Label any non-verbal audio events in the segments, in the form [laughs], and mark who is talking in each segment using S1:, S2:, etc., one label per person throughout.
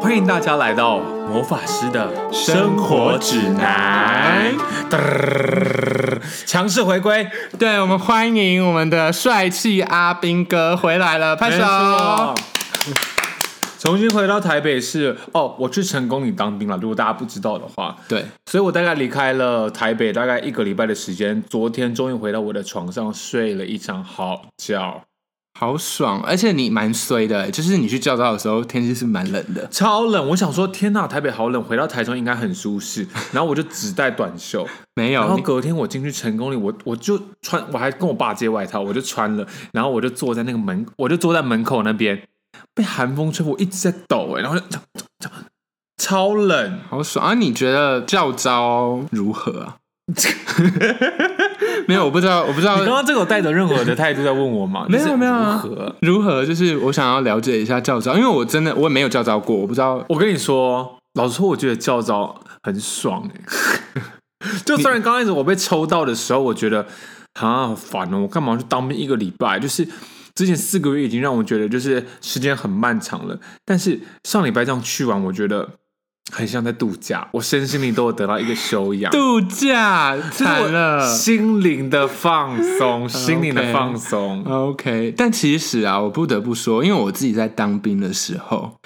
S1: 欢迎大家来到魔法师的生活指南。嘚强势回归，
S2: 对我们欢迎我们的帅气阿兵哥回来了，拍
S1: 没
S2: 手
S1: 错。重新回到台北市哦，我去成功里当兵了。如果大家不知道的话，
S2: 对，
S1: 所以我大概离开了台北大概一个礼拜的时间。昨天终于回到我的床上睡了一场好觉，
S2: 好爽，而且你蛮衰的，就是你去教招的时候天气是蛮冷的，
S1: 超冷。我想说，天呐，台北好冷，回到台中应该很舒 [laughs] 适。然后我就只带短袖，
S2: 没
S1: 然
S2: 有
S1: 后
S2: 你
S1: 隔天我进去成功里，我我就穿，我还跟我爸借外套，我就穿了，然后我就坐在那个门，我就坐在门口那边，被寒风吹，我一直在抖哎、然后就这样这样这样超冷，
S2: 好爽啊！你觉得教招如何啊？ [laughs] 没有，我不知道，我不知道
S1: 你刚刚这个有带着任何的态度在问我吗？
S2: 没有
S1: 就是
S2: 没有啊
S1: 如何？
S2: 如何，就是我想要了解一下教招，因为我真的我也没有教招过，我不知道
S1: 我跟你说，老实说，我觉得教招很爽哎、就虽然刚开始我被抽到的时候，我觉得啊好烦哦，我干嘛去当兵一个礼拜？就是之前四个月已经让我觉得就是时间很漫长了，但是上礼拜这样去完，我觉得很像在度假，我身心灵都有得到一个休养。
S2: 度假
S1: 就是
S2: 惨了
S1: 我。心灵的放松，心灵的
S2: OK
S1: 放松。
S2: OK，但其实啊，我不得不说，因为我自己在当兵的时候，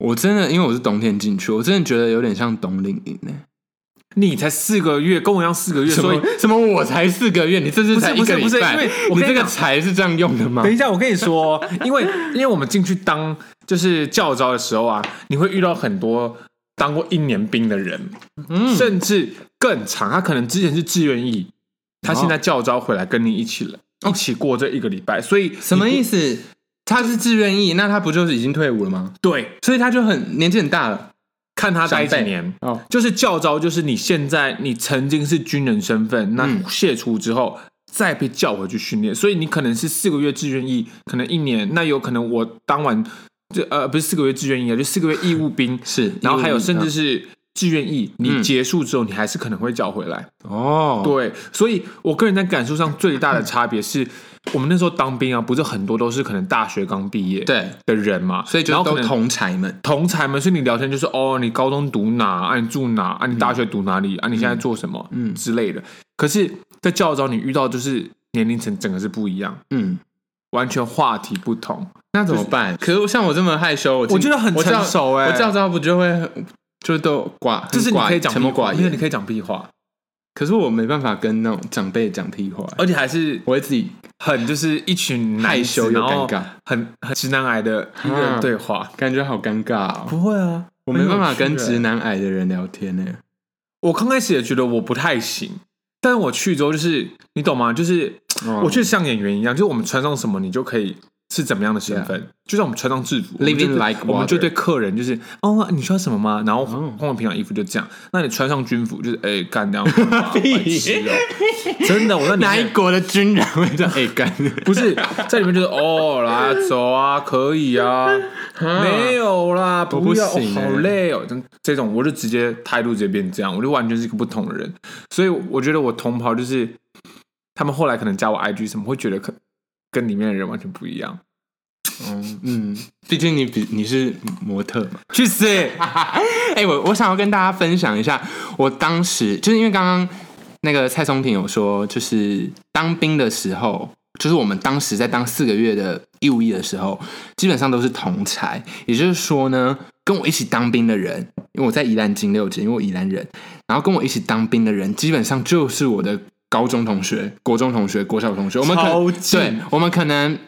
S2: 我真的因为我是冬天进去，我真的觉得有点像冬令营呢、
S1: 你才四个月，跟我一样四个月，
S2: 什
S1: 所以
S2: 么什么我才四个月，你这
S1: 不
S2: 是
S1: 是
S2: 才一
S1: 不是
S2: 个礼
S1: 不是
S2: 拜
S1: 因为我跟
S2: 你这
S1: 你
S2: 个
S1: 讲
S2: 才是这样用的吗
S1: 等？一下，我跟你说，哦 [laughs] 因为因为我们进去当就是教招的时候啊，你会遇到很多当过一年兵的人，
S2: 嗯
S1: 甚至更长，他可能之前是志愿役，他现在教招回来跟你一起了，一起过这一个礼拜，所以
S2: 哦什么意
S1: 思？
S2: 思？他是自愿役，那他不就是已经退伍了吗？
S1: 对，
S2: 所以他就很年纪很大了。
S1: 看他待几
S2: 长辈
S1: 年。
S2: 哦，
S1: 就是教招，就是你现在你曾经是军人身份，那
S2: 嗯，
S1: 卸除之后再被叫回去训练，所以你可能是四个月志愿役，可能一年，那有可能我当完这呃不是四个月志愿役啊，就四个月义务兵
S2: 是
S1: 然后还有
S2: 义务役
S1: 甚至是志愿役，你
S2: 嗯
S1: 结束之后你还是可能会叫回来。
S2: 哦，
S1: 对，所以我个人在感受上最大的差别是，我们那时候当兵啊，不是很多都是可能大学刚毕业
S2: 对，
S1: 的人嘛，
S2: 所以就
S1: 然
S2: 是
S1: 后可能
S2: 都同才们。
S1: 同才们，所以你聊天就是哦，你高中读哪啊？你住哪啊？你大学读哪里啊？你现在做什么？嗯
S2: 嗯
S1: 之类的。可是，在教招你遇到就是年龄层整个是不一样，
S2: 嗯，
S1: 完全话题不同。
S2: 那怎么办？可是像我这么害羞，我
S1: 我觉得很
S2: 我知道
S1: 成熟欸
S2: 我照招不就会就都寡，
S1: 就是你
S2: 很寡
S1: 可以讲
S2: 沉
S1: 屁
S2: 默
S1: 话，
S2: 寡
S1: 因为你
S2: 言。
S1: 可以讲屁话，
S2: 可是我没办法跟那种长辈讲屁话，
S1: 而且还是
S2: 我会自己
S1: 很就是一群男子
S2: 害羞又
S1: 然后
S2: 尴尬
S1: 很很直男癌的一个
S2: 啊
S1: 对话。
S2: 感觉好尴尬哦。
S1: 不会啊，
S2: 我没办法
S1: 很
S2: 跟
S1: 有趣欸
S2: 直男癌的人聊天欸呢。
S1: 我刚开始也觉得我不太行，但是我去之后就是你懂吗？就是
S2: 哦
S1: 我觉得像演员一样，就是我们穿上什么，你就可以是怎么样的身份。就像我们穿上制服
S2: 啊 Living
S1: 我们就对
S2: like 嗯
S1: 我们就
S2: water
S1: 对客人就是哦，你需要什么吗？然后换我平常衣服就这样。那你穿上军服就是哎干这样子吗，白痴哦真的，我在里
S2: 哪
S1: 面
S2: [laughs] 一国的军人会这样？ [laughs] 哎，干
S1: 不是在里面就是哦来走啊，可以啊， [laughs] 没有啦，
S2: 我
S1: 不要，
S2: 不行
S1: 哦、
S2: 欸
S1: 好累哦，这这种我就直接态度直接变这样，我就完全是一个不同的人，所以我觉得我同袍就是他们后来可能加我 IG 什么，会觉得可跟里面的人完全不一样，
S2: 嗯嗯，毕竟你比你是模特嘛。
S1: 去死！
S2: [laughs] 哎、我我想要跟大家分享一下，我当时就是因为刚刚那个蔡松平有说，就是当兵的时候，就是我们当时在当四个月的义务役的时候，基本上都是同才，也就是说呢，跟我一起当兵的人，因为我在宜兰金六街，因为我宜兰人，然后跟我一起当兵的人，基本上就是我的高中同学、国中同学、国小同学，我们可
S1: 超近
S2: 对，我们可能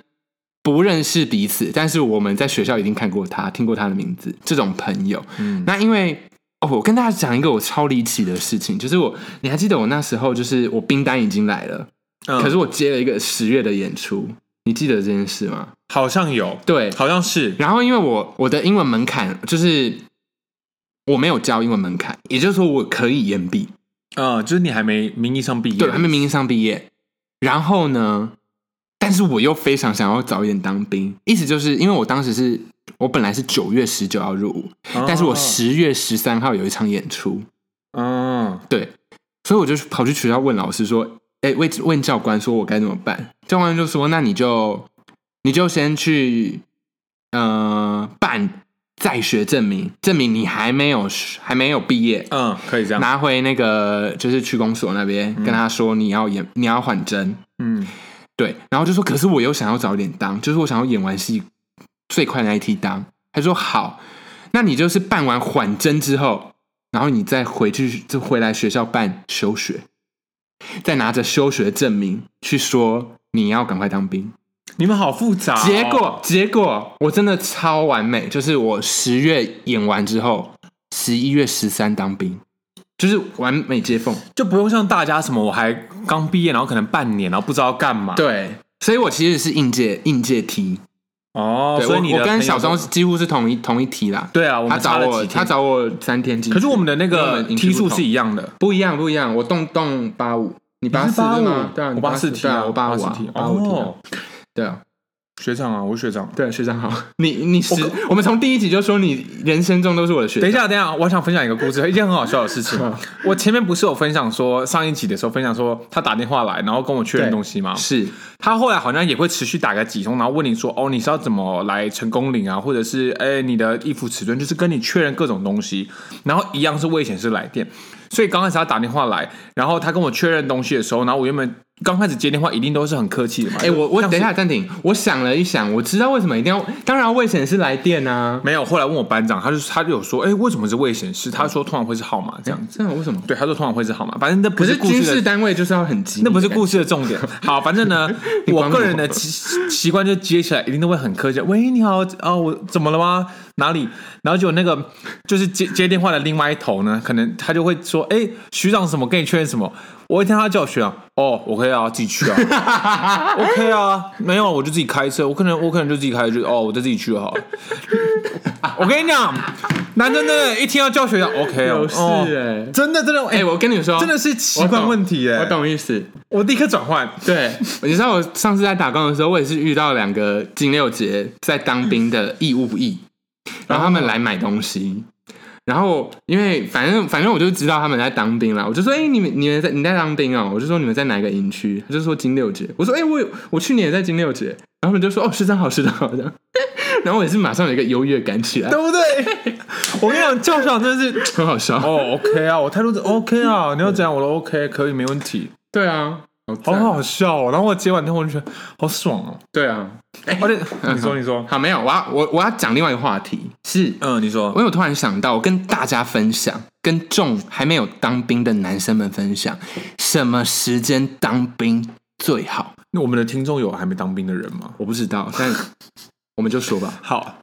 S2: 不认识彼此，但是我们在学校已经看过他，听过他的名字，这种朋友。
S1: 嗯，
S2: 那因为哦，我跟大家讲一个我超离奇的事情，就是我，你还记得我那时候就是我冰单已经来了，
S1: 嗯
S2: 可是我接了一个十月的演出，你记得这件事吗？
S1: 好像有，
S2: 对，
S1: 好像是，
S2: 然后因为我我的英文门槛就是我没有教英文门槛，也就是说我可以延毕，
S1: 嗯，就是你还没名义上毕业，
S2: 对，还没名义上毕业。然后呢，但是我又非常想要早一点当兵，意思就是因为我当时是我本来是九月十九号入伍，
S1: 哦
S2: 但是我，十月十三号有一场演出，
S1: 嗯，
S2: 对，所以我就跑去学校问老师说，哎、问问教官说我该怎么办？教官就说，那你就你就先去呃办在学证明，证明你还没有还没有毕业，
S1: 嗯，可以这样，
S2: 拿回那个就是区公所那边、跟他说你要演你要缓征，
S1: 嗯，
S2: 对，然后就说可是我又想要早点当，就是我想要演完戏最快那一梯当，他说好，那你就是办完缓征之后，然后你再回去就回来学校办休学，再拿着休学证明去说你要赶快当兵。
S1: 你们好复杂、哦，
S2: 结果，结果我真的超完美，就是我十月演完之后，十一月十三当兵，就是完美接缝。
S1: 就不用像大家什么，我还刚毕业，然后可能半年，然后不知道干嘛，，
S2: 对，所以我其实是应届应届梯，
S1: 哦，
S2: 对
S1: 所以
S2: 我
S1: 你的
S2: 我
S1: 朋
S2: 跟
S1: 友
S2: 小
S1: 都
S2: 钟几乎是同一同一梯啦。
S1: 对啊，我
S2: 他
S1: 们
S2: 找
S1: 差了
S2: 我
S1: 几
S2: 他
S1: 天，
S2: 找我三天进去，
S1: 可是我们的那
S2: 因为我
S1: 个
S2: 们
S1: 梯数
S2: 不同
S1: 是一样的，
S2: 不一样不一样，我动动八五，你八四
S1: 八
S2: 对
S1: 五
S2: 吗？对啊，你
S1: 我八四
S2: 对
S1: 梯
S2: 啊，我八五
S1: 四
S2: 啊
S1: 梯，，
S2: 八五梯啊
S1: 哦，，
S2: 对啊。
S1: 学长啊，我是学长。
S2: 对，学长好，你你是我们从第一集就说你人生中都是我的学
S1: 等
S2: 长
S1: 一，下，等一下，我想分享一个故事，一件很好笑的事
S2: [laughs]
S1: 情。我前面不是有分享说，上一集的时候分享说他打电话来，然后跟我确认
S2: 对
S1: 东西吗？
S2: 是
S1: 他后来好像也会持续打个几通，然后问你说：“哦，你是要怎么来成功领啊？或者是哎，你的衣服尺寸，就是跟你确认各种东西。”然后一样是危险是来电，所以刚开始他打电话来，然后他跟我确认东西的时候，然后我原本刚开始接电话一定都是很客气的嘛。
S2: 哎、我我
S1: 像
S2: 等
S1: 是
S2: 一下暂停，我想了一想，我知道为什么一定要，当然卫险是来电啊，
S1: 没有，后来问我班长，他就他就有说：“哎，为什么是未显示？”他说：“通常会是号码这样。”
S2: 这样为什么？
S1: 对，他说：“通常会是号码，反正那不
S2: 可是
S1: 故事
S2: 军
S1: 的
S2: 事单位就是要很急，
S1: 那不是
S2: 事，
S1: 故事的重
S2: [laughs]
S1: 点。好，反正呢，我
S2: 管
S1: 个
S2: 我
S1: 人的习习惯就接起来一定都会很客气。喂，你好，啊，我怎么了吗？哪里？然后就那个就是接接电话的另外一头呢，可能他就会说，哎、徐长什么跟你确认什么？我一听他叫我徐长，哦，我可以啊，自己去啊
S2: [laughs]
S1: ，OK 啊，没有，我就自己开车，我可能我可能就自己开车，哦，我就自己去好了。我跟你讲，男生真的，一听到叫学长，OK 哦，
S2: 有事
S1: 哦
S2: 欸
S1: 真的真的，哎、
S2: 哎、我跟你说，
S1: 真的是习惯问题哎、
S2: 我懂意思。
S1: 我立刻转换。 [laughs]
S2: 对，你知道我上次在打工的时候，我也是遇到两个金六杰在当兵的义务役，然后他们来买东西，然后因为反正反正我就知道他们在当兵啦，我就说，哎、你们你们在你在当兵哦、我就说你们在哪个营区？他就说金六杰，我说，哎、我有我去年也在金六杰，然后他们就说，哦，师长好，师长好这样， [laughs] 然后我也是马上有一个优越感起来
S1: 对，不对？我跟你讲，教长真的是
S2: 很好笑。
S1: 哦，OK 啊，我态度是 OK 啊，你要怎样我都 OK，可以没问题，
S2: 对啊，
S1: 好
S2: 赞
S1: 好笑哦。然后我接完之后，我就觉得好爽哦，
S2: 对啊，
S1: 而且你说你说，
S2: 好，没有，我要我我要讲另外一个话题是。
S1: 嗯，你说
S2: 因为我突然想到，我跟大家分享，跟众还没有当兵的男生们分享，什么时间当兵最好？
S1: 那我们的听众有还没当兵的人吗？
S2: 我不知道，但我们就说吧。
S1: 好，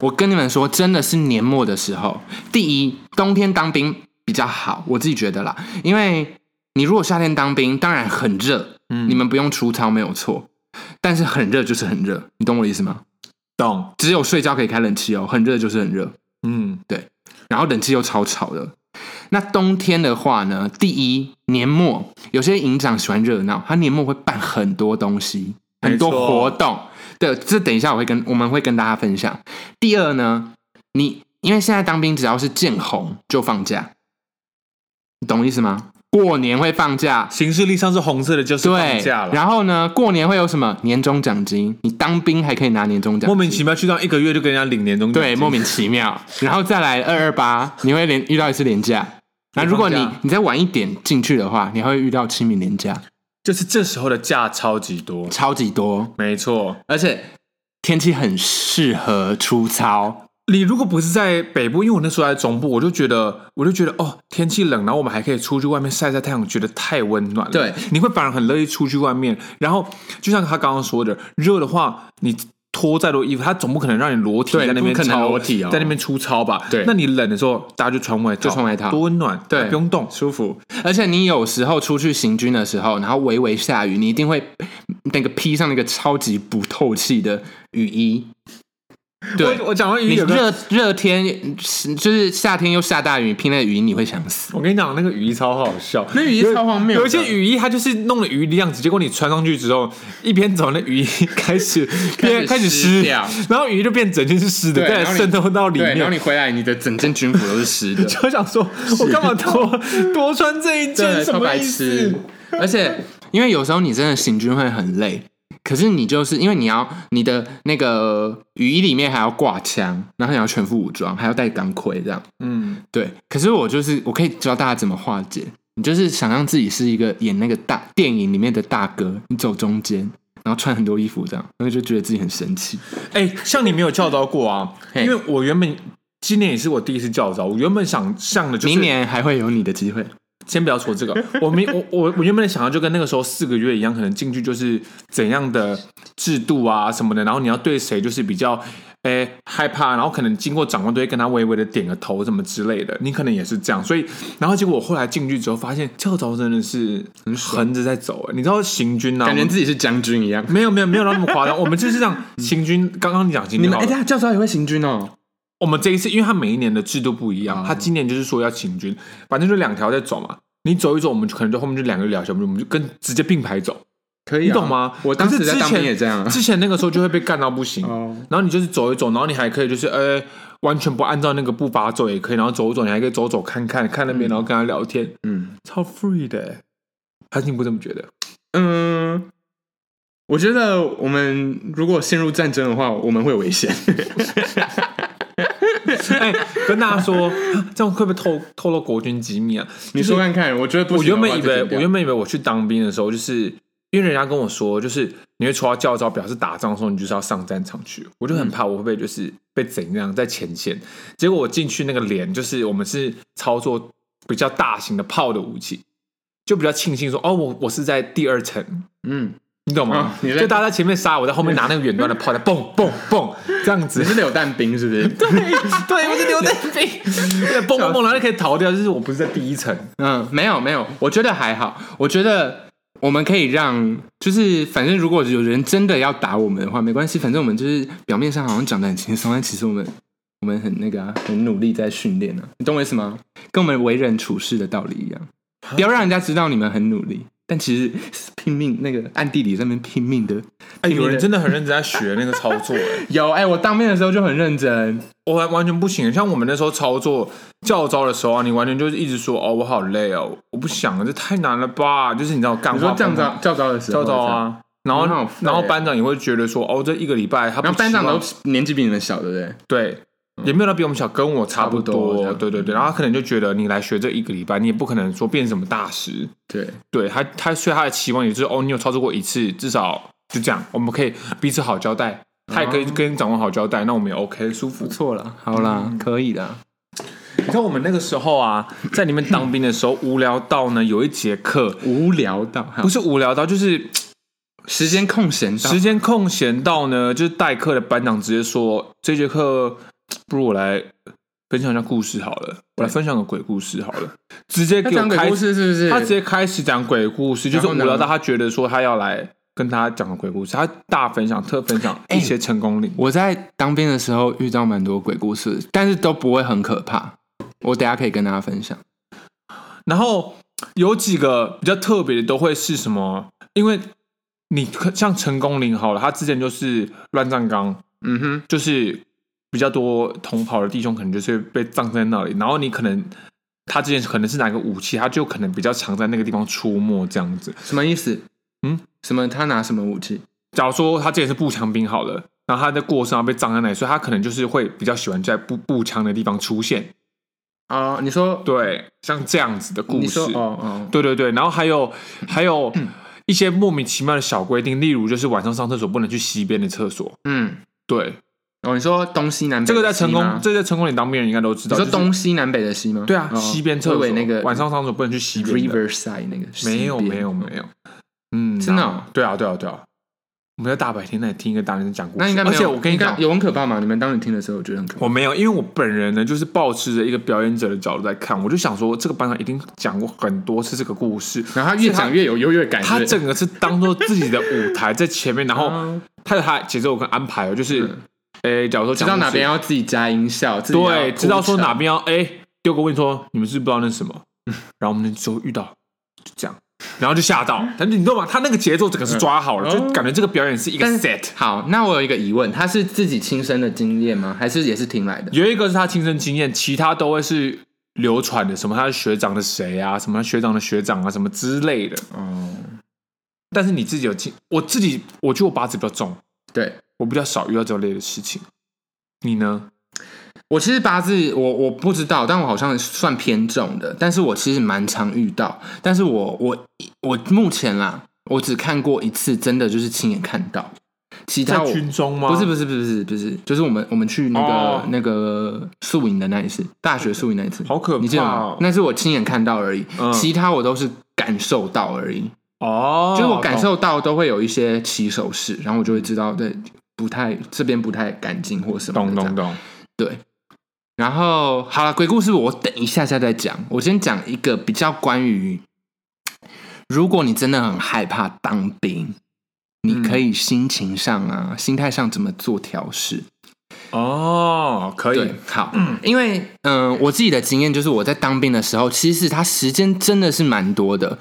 S2: 我跟你们说，真的是年末的时候，第一，冬天当兵比较好，我自己觉得啦，因为你如果夏天当兵，当然很热，
S1: 嗯
S2: 你们不用出操没有错，但是很热就是很热，你懂我的意思吗？
S1: 懂，
S2: 只有睡觉可以开冷气哦，很热就是很热。
S1: 嗯，
S2: 然后冷气又超吵的。那冬天的话呢，第一年末有些营长喜欢热闹，他年末会办很多东西，
S1: 没
S2: 很
S1: 错
S2: 多活动。对，这等一下我会跟我们会跟大家分享。第二呢，你因为现在当兵只要是见红就放假，你懂我意思吗？过年会放假，
S1: 行事历上是红色的，就是放
S2: 对，
S1: 假了。
S2: 然后呢，过年会有什么年终奖金？你当兵还可以拿年终奖金，
S1: 莫名其妙去到一个月就跟人家领年终奖
S2: 对，
S1: 金，
S2: 莫名其妙。然后再来二二八，你会连遇到一次廉价。那如果
S1: 放
S2: 你
S1: 假
S2: 你再晚一点进去的话，你还会遇到清明廉价，
S1: 就是这时候的假超级多，
S2: 超级多，
S1: 没错。
S2: 而且天气很适合出操。
S1: 你如果不是在北部，因为我那时候在中部，我就觉得，我就觉得哦，天气冷，然后我们还可以出去外面晒晒太阳，觉得太温暖了。
S2: 对，
S1: 你会反而很乐意出去外面。然后就像他刚刚说的，热的话，你脱再多衣服，他总不可能让你裸体
S2: 对
S1: 在那边
S2: 不可能
S1: 操
S2: 裸体哦
S1: 在那边出操吧？
S2: 对
S1: 那你冷的时候，大家就穿外套，
S2: 就穿外套
S1: 多温暖，
S2: 对
S1: 不用动。
S2: 舒服，而且你有时候出去行军的时候，然后微微下雨，你一定会那个披上那个超级不透气的雨衣。对
S1: 我，我讲完
S2: 你
S1: 雨有个，
S2: 热热天就是夏天又下大雨，披那个雨衣你会想死。
S1: 我跟你讲，那个雨衣超好笑，
S2: 那雨衣
S1: 有
S2: 超荒谬的
S1: 有一些雨衣，它就是弄了雨衣的样子，结果你穿上去之后，一边走，那雨衣开始变开
S2: [laughs] 开始
S1: 始
S2: 湿
S1: 湿
S2: 掉
S1: 然后雨衣就变整件是湿的，再
S2: 然后你
S1: 渗透到里
S2: 对，然后
S1: 面。，
S2: 你回来，你的整件军服都是湿的
S1: 就想说，我干嘛
S2: [laughs]
S1: 多多 [laughs] 穿这一件？
S2: 对，
S1: 什
S2: 超
S1: 么
S2: 白
S1: 意思
S2: 痴？。而且，因为有时候你真的行军会很累，可是你就是因为你要你的那个雨衣里面还要挂枪，然后你要全副武装，还要戴钢盔这样。
S1: 嗯，
S2: 对，可是我就是我可以教大家怎么化解。你就是想让自己是一个演那个大电影里面的大哥，你走中间，然后穿很多衣服这样，然后就觉得自己很神奇。
S1: 哎、像你没有教导过啊，
S2: 嘿
S1: 因为我原本今年也是我第一次教导，我原本想上的就是
S2: 明年还会有你的机会。
S1: 先不要说这
S2: [laughs]
S1: 个，我明我我我原本想要就跟那个时候四个月一样，可能进去就是怎样的制度啊什么的，然后你要对谁就是比较诶、害怕，然后可能经过长官都会跟他微微的点个头什么之类的，你可能也是这样，所以然后结果我后来进去之后发现跳蚤真的是横着在走、欸，你知道行军啊，
S2: 感觉自己是将军一样。
S1: 没有没有没有到那么夸张，我们就是这样行军，刚刚你讲行
S2: 你
S1: 军
S2: 们
S1: 好
S2: 哎，
S1: 了
S2: 对啊，教授也会行军哦。
S1: 我们这一次，因为他每一年的制度不一
S2: 嗯
S1: 样，他今年就是说要行军，反正就两条在走嘛。你走一走，我们就可能就后面就两个聊小，我们就跟直接并排走，
S2: 可以、啊
S1: 你懂？吗？
S2: 我当时
S1: 可是之
S2: 在当
S1: 前
S2: 兵也这样啊
S1: 之前那个时候就会被干到不行。
S2: 哦
S1: 然后你就是走一走，然后你还可以就是呃完全不按照那个步伐走也可以，然后走一走，你还可以走走看看看那边，然后跟他聊天，
S2: 嗯
S1: 超 free 的欸。还是你不这么觉得？
S2: 嗯，我觉得我们如果陷入战争的话，我们会有危险。
S1: [laughs] 哎、跟大家说， [gasps] 这样会不会透透露国军机密啊？
S2: [laughs] 你说看看，我觉得不
S1: 我
S2: 行
S1: 原
S2: 的话
S1: 本以为
S2: 就剪，掉
S1: 我原本以为我去当兵的时候，就是因为人家跟我说，就是你会抽到教招，表示打仗的时候你就是要上战场去，我就很怕我会被就是被怎样在前线。结果我进去那个连，就是我们是操作比较大型的炮的武器，就比较庆幸说，哦，我我是在第二层，
S2: 嗯，
S1: 啊你懂吗
S2: 哦？你在
S1: 就大家在前面杀，我在后面拿那个远端的炮在 [laughs] 蹦蹦蹦这样子
S2: 只。是榴弹兵是不是？
S1: 对，我是留在兵， [laughs] 对啊蹦蹦蹦，然后就可以逃掉。就是我不是在第一层，
S2: 嗯，没有没有，我觉得还好。我觉得我们可以让，就是反正如果有人真的要打我们的话，没关系，反正我们就是表面上好像讲的很轻松，但其实我们我们很那个啊，很努力在训练啊，你懂我意思吗？跟我们为人处事的道理一样，不要让人家知道你们很努力，但其实是拼命那个暗地里在那边拼命的。
S1: 哎，有
S2: 你
S1: 人
S2: 的
S1: 真的很认真在学那个操 [laughs] 作、哎。
S2: 有哎、我当面的时候就很认真，
S1: 我完完全不行。像我们那时候操作教招的时候啊，你完全就是一直说哦，我好累哦，我不想了，这太难了吧？就是你知道干
S2: 你
S1: 话
S2: 说教
S1: 干
S2: 招
S1: 话
S2: 教招的时候，
S1: 教招，啊，然后
S2: 很好废哦
S1: 然后班长也会觉得说哦，这一个礼拜他不
S2: 然后班长
S1: 希望
S2: 都年纪比你们小，对不对？
S1: 对。也没有到比我们小，跟我差不
S2: 差不多这样嗯
S1: 对对对，然后他可能就觉得你来学这一个礼拜，你也不可能说变什么大师，
S2: 对，
S1: 对他他所以他的期望也就是哦，你有操作过一次，至少就这样，我们可以彼此好交代，他也可以
S2: 哦
S1: 跟长官好交代，那我们也 OK 舒服
S2: 不。错了，好啦，可以的。
S1: 你知道我们那个时候啊，在里面当兵的时候无聊到呢，有一节课
S2: 无聊到，
S1: 不
S2: 不
S1: 是无聊到，就是
S2: 时间空闲到，
S1: 时间空闲到呢，就是代课的班长直接说，这节课不如我来分享一下故事好了，我来分享个鬼故事好了，直接
S2: 他
S1: 给我
S2: 讲鬼
S1: 开
S2: 故事是不是？
S1: 他直接开始讲鬼故事，就
S2: 然
S1: 是
S2: 后
S1: 无
S2: 呢
S1: 聊到他觉得说他要来跟他讲个鬼故事，他大分享特分享
S2: 哎
S1: 一些成功领。
S2: 我在当兵的时候遇到蛮多鬼故事，但是都不会很可怕。我等一下可以跟大家分享。
S1: 然后有几个比较特别的都会是什么？因为你可像成功林好了，他之前就是乱葬岗，
S2: 嗯哼，
S1: 就是比较多同袍的弟兄可能就是被葬在那里，然后你可能。他之前可能是拿个武器，他就可能比较常在那个地方出没这样子。
S2: 什么意思？
S1: 嗯，
S2: 什么？他拿什么武器？
S1: 假如说他之前是步枪兵好了，然后他在过身上被葬在那里，所以他可能就是会比较喜欢在步步枪的地方出现。
S2: 哦，你说，
S1: 对，像这样子的故事。
S2: 你说，哦哦，
S1: 对对对，然后还
S2: [coughs]
S1: 有还有一些莫名其妙的小规定，例如就是晚上上厕所不能去西边的厕所。
S2: 嗯，
S1: 对，
S2: 哦，你说东西南北
S1: 这
S2: 的
S1: 个在
S2: 西吗
S1: 成功，这个在成功里当兵人应该都知
S2: 你
S1: 道。就
S2: 说
S1: 是
S2: 东西南北的西吗？
S1: 对啊，
S2: 哦
S1: 西边厕
S2: 我
S1: 所
S2: 以为那个
S1: 晚上上厕所不能去西边的。
S2: Riverside 那个西边，
S1: 没有没有没有，嗯，
S2: 真的哦
S1: 然后对啊对啊对啊，我们在大白天那里听一个大人讲故事，
S2: 那应该没
S1: 而
S2: 有。
S1: 且我跟你
S2: 应该
S1: 讲，
S2: 有很可怕吗？你们当时听的时候，我觉得很可怕。
S1: 我没有，因为我本人呢，就是保持着一个表演者的角度在看，我就想说，这个班长一定讲过很多次这个故事，
S2: 然后他越讲越有优越感，
S1: 他
S2: 是不是
S1: 整个是当做自己的舞台在前面，然后
S2: [laughs] 嗯
S1: 他有他的节奏跟安排哦，就是，诶、假如说
S2: 知
S1: 讲
S2: 道
S1: 故事
S2: 哪边要自己加音效，自己要
S1: 对，
S2: 铺
S1: 知道说
S2: 陈
S1: 哪边要诶，丢个问说你们是不是不知道那是什么，然后我们就遇到就这样，然后就吓
S2: [laughs]
S1: 到，但是你知道吗？他那个节奏整个是抓好了，
S2: 嗯
S1: 就感觉这个表演是一个
S2: 但是
S1: set。
S2: 好，那我有一个疑问，他是自己亲身的经验吗？还是也是听来的？
S1: 有一个是他亲身经验，其他都会是流传的，什么他的学长的谁啊，什么他学长的学长啊，什么之类的。
S2: 哦，
S1: 但是你自己有经，我自己我觉得我八字比较重，
S2: 对
S1: 我比较少遇到这类的事情。你呢？
S2: 我其实八字我我不知道，但我好像算偏重的，但是我其实蛮常遇到，但是我我我目前啦，我只看过一次，真的就是亲眼看到，其他
S1: 在
S2: 我
S1: 军中吗？
S2: 不是不是不是不是不是，就是我们我们去那个、
S1: 哦
S2: 那个宿营的那一次，大学宿营那一次，
S1: 好可怕哦
S2: 你记得吗？那是我亲眼看到而已，
S1: 嗯
S2: 其他我都是感受到而已。
S1: 哦，
S2: 就是我感
S1: 懂
S2: 受到都会有一些起手式，然后我就会知道对不太这边不太干净或什么的
S1: 懂
S2: 这
S1: 懂懂，
S2: 样。对，然后好了，鬼故事我等一下下再讲，我先讲一个比较关于，如果你真的很害怕当兵，
S1: 嗯
S2: 你可以心情上啊、心态上怎么做调试。
S1: 哦，可以
S2: 对，，好，因为嗯、呃我自己的经验就是我在当兵的时候，其实它时间真的是蛮多的，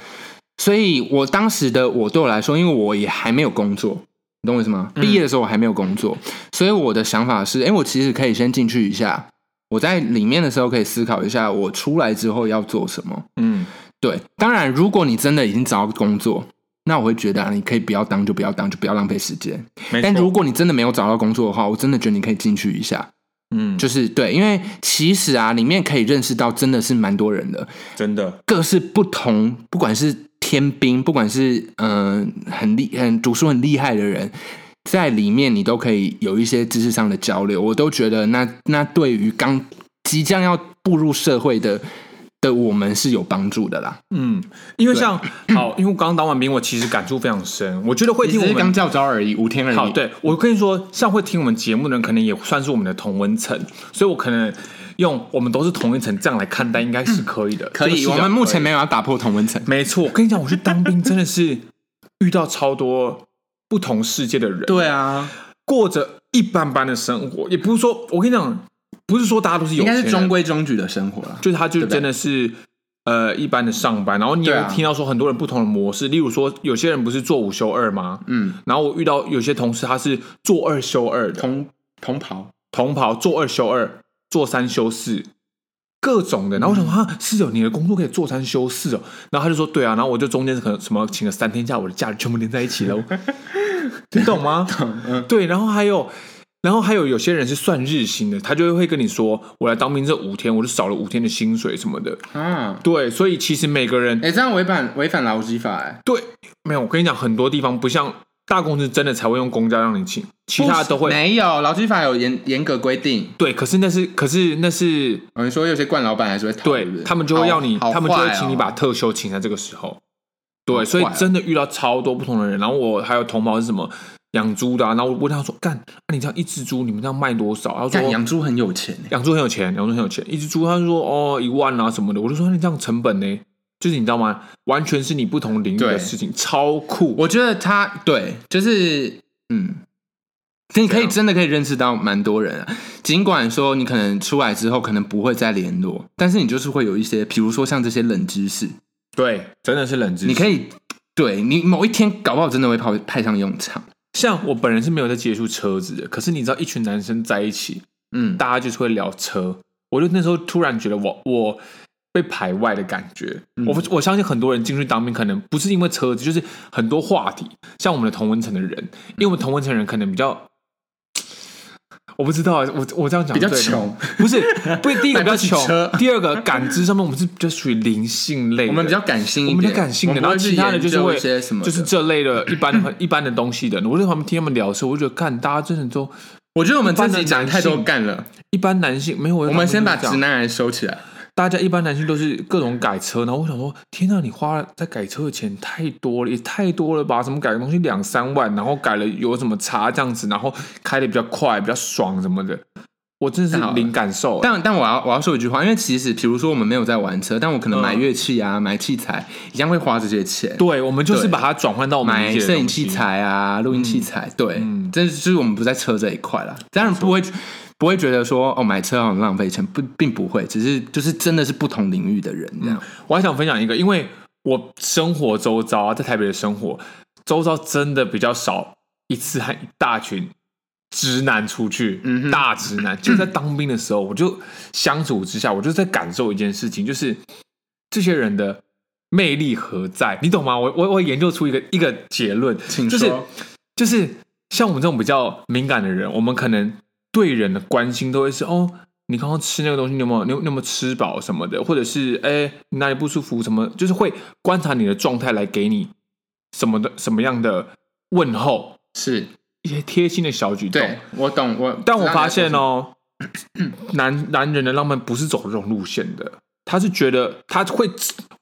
S2: 所以我当时的我对我来说，因为我也还没有工作，你懂我意思
S1: 嗯
S2: 吗？毕业的时候我还没有工作，所以我的想法是，哎，我其实可以先进去一下，我在里面的时候可以思考一下，我出来之后要做什么。
S1: 嗯，
S2: 对，当然，如果你真的已经找到工作，那我会觉得、啊、你可以不要当就不要当，就不要浪费时间。
S1: 没
S2: 但
S1: 错
S2: 如果你真的没有找到工作的话，我真的觉得你可以进去一下。
S1: 嗯，
S2: 就是对，因为其实啊，里面可以认识到真的是蛮多人的，
S1: 真的，
S2: 各式不同，不管是天兵，不管是嗯、呃很厉很读书很厉害的人，在里面你都可以有一些知识上的交流。我都觉得那那对于刚即将要步入社会的的我们是有帮助的啦。
S1: 嗯，因为像 [clears throat] 好，因为我刚当完兵，我其实感触非常深，我觉得会
S2: 你
S1: 听
S2: 只
S1: 我
S2: 是
S1: 们
S2: 刚教招而已，五天而已。
S1: 好，对我跟你说，像会听我们节目的人，可能也算是我们的同温层，所以我可能用我们都是同一层这样来看待，应该是嗯可以的。
S2: 可
S1: 这个
S2: 以。
S1: 视
S2: 我
S1: 角
S2: 们目
S1: 可以
S2: 前没有要打破同温层。
S1: 没错，我跟你讲，我去当兵真的是遇到超多不同世界的人，
S2: 对啊，
S1: 过着一般般的生活，也不是说我跟你讲，不是说大家都是有
S2: 应
S1: 钱
S2: 该
S1: 人，
S2: 是中规中矩的生活啦。
S1: 就是他就
S2: 对不对
S1: 真的是呃一般的上班，然后你也
S2: 对
S1: 会
S2: 啊
S1: 听到说很多人不同的模式，例如说有些人不是做五休二吗？
S2: 嗯，
S1: 然后我遇到有些同事他是做二休二的，
S2: 同同袍。
S1: 同袍做二休二，做三休四，各种的。然后我想
S2: 嗯
S1: 说，啊，室友，你的工作可以做三休四哦。然后他就说，对啊。然后我就中间可能什么请了三天假，我的假全部连在一起
S2: [laughs]
S1: 喽。你懂吗？
S2: 嗯
S1: 对。然后还有，然后还有有些人是算日薪的，他就会跟你说，我来当兵这五天，我就少了五天的薪水什么的。
S2: 啊，
S1: 对，所以其实每个人
S2: 哎、这样违反违反劳基法哎、
S1: 对没有，我跟你讲，很多地方不像大公司真的才会用公假让你请，其他的都会。
S2: 没有劳基法有严严格规定。
S1: 对，可是那是，可是那是
S2: 我们说有些惯老板还是会逃，
S1: 对
S2: 不
S1: 他们就会要你，
S2: 好
S1: 他们就会
S2: 好坏哦
S1: 请你把特休请在这个时候。对，
S2: 好
S1: 所以
S2: 坏哦
S1: 真的遇到超多不同的人。然后我还有同胞是什么养猪的、啊，然后我问他说：“干，那、你这样一只猪，你们这样卖多少？”他
S2: 嗯干
S1: 说：“哦
S2: 养猪很有钱哎、
S1: 养猪很有钱，养猪很有钱，一只猪。”他就说：“哦，一万啊什么的。”我就说：“那你这样成本呢？就是你知道吗？完全是你不同领域
S2: 对
S1: 的事情，超酷。
S2: 我觉得他对，就是嗯，你可以
S1: 啊
S2: 真的可以认识到蛮多人啊。尽管说你可能出来之后可能不会再联络，但是你就是会有一些，比如说像这些冷知识，
S1: 对，真的是冷知识。
S2: 你可以对你某一天搞不好真的会派派上用场。
S1: 像我本人是没有在接触车子的，可是你知道，一群男生在一起，
S2: 嗯，
S1: 大家就是会聊车。我就那时候突然觉得我我被排外的感觉。
S2: 嗯
S1: 我不我相信很多人进去当兵，可能不是因为车子，就是很多话题。像我们的同文层的人，
S2: 嗯
S1: 因为我们同文层的人可能比较。我不知道，我我这样讲
S2: 比较
S1: 对吗
S2: 穷，
S1: 不是不是第一个比
S2: 买
S1: 较
S2: 不起
S1: 穷
S2: 车，
S1: 第二个感知上面我们是比较属于灵性类的，
S2: 我们比较感性一
S1: 我们
S2: 点，
S1: 比较感性的，
S2: 我
S1: 然后
S2: 们不会
S1: 其
S2: 去
S1: 他的
S2: 研
S1: 就是
S2: 究
S1: 会
S2: 一些什么的，
S1: 就是这类的一般的一般的东西的。我在旁边听他们聊的时候，我就觉得看大家真的都
S2: 我觉得我们自己讲太
S1: 一
S2: 多
S1: 般
S2: 干了，
S1: 一般男性没有。
S2: 我们先把直
S1: 男，
S2: 男癌收起来。
S1: 大家一般男性都是各种改车，然后我想说，天啊，你花在改车的钱太多了，也太多了吧？什么改个东西两三万，然后改了有什么差这样子，然后开的比较快，比较爽什么的，我真的
S2: 太好
S1: 是
S2: 了
S1: 零感受。
S2: 但但我要我要说一句话，因为其实比如说我们没有在玩车，但我可能
S1: 嗯
S2: 买乐器啊、买器材一样会花这些钱，
S1: 对，我们就是
S2: 对
S1: 把它转换到我们
S2: 买
S1: 理解的
S2: 摄影
S1: 东西
S2: 器，材啊、录音器材，对
S1: 嗯，
S2: 这就是我们不在车这一块啦。当然不会不会觉得说哦买车好浪费钱，不并不会，只是就是真的是不同领域的人这样。
S1: 我还想分享一个，因为我生活周遭啊，在台北的生活周遭真的比较少一次和一大群直男出去，
S2: 嗯哼
S1: 大直男就在当兵的时候，我就相处之下，我就在感受一件事情，就是这些人的魅力何在？你懂吗？我我我研究出一个一个结论，
S2: 请
S1: 就是
S2: 说
S1: 就是像我们这种比较敏感的人，我们可能对人的关心都会是哦，你刚刚吃那个东西，你有没有你有你有没有吃饱什么的，或者是哎你哪里不舒服什么，就是会观察你的状态来给你什么的什么样的问候，
S2: 是
S1: 一些贴心的小举动。
S2: 对，我懂我。
S1: 但我发现
S2: 哦。
S1: 哦， [clears throat] 男男人的浪漫不是走这种路线的，他是觉得他会，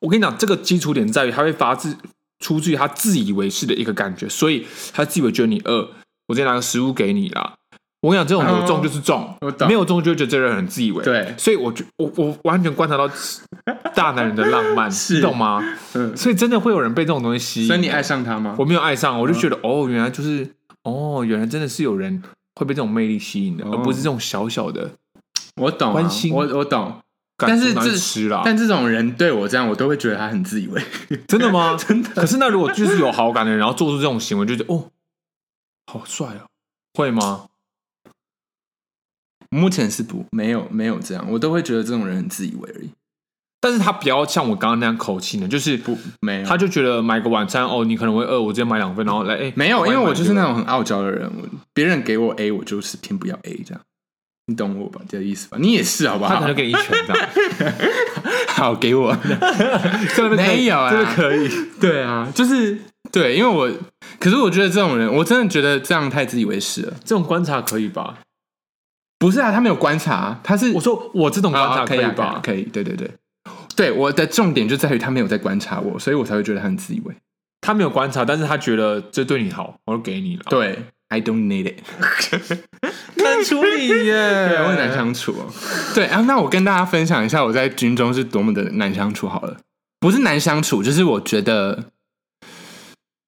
S1: 我跟你讲，这个基础点在于他会发自出自于他自以为是的一个感觉，所以他自以为觉得你饿，我直接拿个食物给你啦。我跟你讲，这种有中就是中，
S2: 我懂
S1: 没有中就会觉得这个人很自以为。
S2: 嗯对
S1: 所以我觉我我完全观察到大男人的浪漫，
S2: [laughs] 是
S1: 你懂吗？
S2: 嗯
S1: 所以真的会有人被这种东西吸引。
S2: 所以你爱上他吗？
S1: 我没有爱上，
S2: 嗯
S1: 我就觉得、哦，原来就是哦，原来真的是有人会被这种魅力吸引的，
S2: 哦
S1: 而不是这种小小的
S2: 我懂、啊，
S1: 关心
S2: 我我懂，
S1: 感
S2: 但
S1: 觉
S2: 是
S1: 拿去
S2: 这
S1: 吃啦，
S2: 但这种人对我这样，我都会觉得他很自以为。
S1: 真的吗？真的。可是那如果就是有好感的人，然后做出这种行为，就觉得哦，好帅哦，会吗？
S2: [laughs] 目前是不没有没有这样，我都会觉得这种人很自以为而已。
S1: 但是他不要像我刚刚那样口气呢，就是
S2: 不没有，
S1: 他就觉得买个晚餐哦，你可能会饿，我直接买两份，然后来哎、
S2: 没有，
S1: 帮
S2: 因
S1: 你
S2: 为
S1: 买
S2: 我就是
S1: 这个
S2: 那种很傲娇的人，我别人给我 A，我就是偏不要 A 这样。你懂我吧？这个意思吧？你也是好不好？
S1: 他可能给你一拳这样，
S2: [laughs]
S1: [laughs]
S2: 好给我，
S1: 这个可以
S2: 没有啊
S1: 这个可以，
S2: [laughs] 对啊，就是对，因为我，可是我觉得这种人，我真的觉得这样太自以为是了。
S1: 这种观察可以吧？
S2: 不是啊，他没有观察啊，他是
S1: 我说我这种观察
S2: 可
S1: 以
S2: 啊
S1: 吧？
S2: 可以，对对对，对，我的重点就在于他没有在观察我，所以我才会觉得他很自以为。
S1: 他没有观察，但是他觉得这对你好，我就给你了。
S2: 对，I don't need it，
S1: 难处理
S2: [laughs]
S1: 耶，
S2: 对，我很难相处哦。对啊，那我跟大家分享一下我在军中是多么的难相处好了，不是难相处，就是我觉得，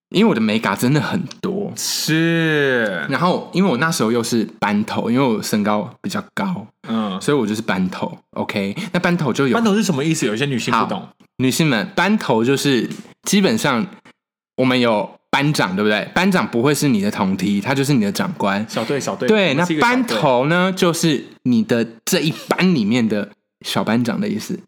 S2: 因为我的美感真的很多，
S1: 是，
S2: 然后因为我那时候又是班头，因为我身高比较高，
S1: 嗯，
S2: 所以我就是班头。OK，那班头就有
S1: 班头是什么意思？有些女性不懂，
S2: 女性们，班头就是基本上我们有班长，对不对？班长不会是你的同梯，他就是你的长官。
S1: 小队小队，
S2: 对，那
S1: 我是一个小
S2: 班
S1: 队，
S2: 头呢，就是你的这一班里面的小班长的意思，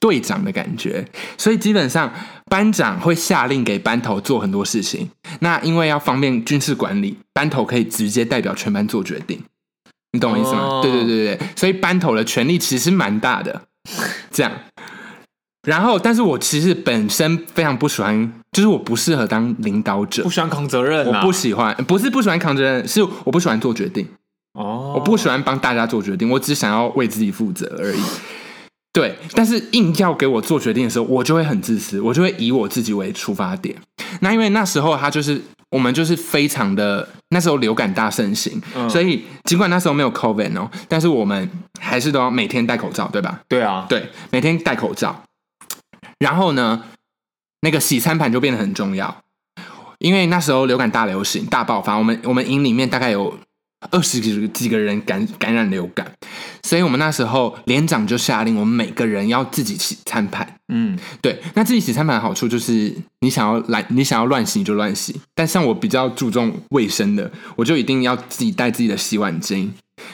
S2: 队长的感觉。所以基本上班长会下令给班头做很多事情。那因为要方便军事管理，班头可以直接代表全班做决定，你懂我意思吗？
S1: 哦
S2: 对对对对，对所以班头的权力其实蛮大的，这样。然后，但是我其实本身非常不喜欢，就是我不适合当领导者
S1: 不，喜欢扛责任
S2: 我
S1: 啊，
S2: 不喜欢，不是不喜欢扛责任，是我不喜欢做决定。
S1: 哦，
S2: 我不喜欢帮大家做决定，我只想要为自己负责而已。对，但是硬要给我做决定的时候，我就会很自私，我就会以我自己为出发点。那因为那时候他就是我们就是非常的那时候流感大盛行，
S1: 嗯
S2: 所以尽管那时候没有 COVID 哦，但是我们还是都要每天戴口罩，对吧？
S1: 对啊，
S2: 对，每天戴口罩。然后呢，那个洗餐盘就变得很重要，因为那时候流感大流行、大爆发，我们我们营里面大概有二十几几个人感感染流感，所以我们那时候连长就下令我们每个人要自己洗餐盘。
S1: 嗯，
S2: 对，那自己洗餐盘的好处就是你想要来，你想要乱洗你就乱洗，但像我比较注重卫生的，我就一定要自己带自己的洗碗巾，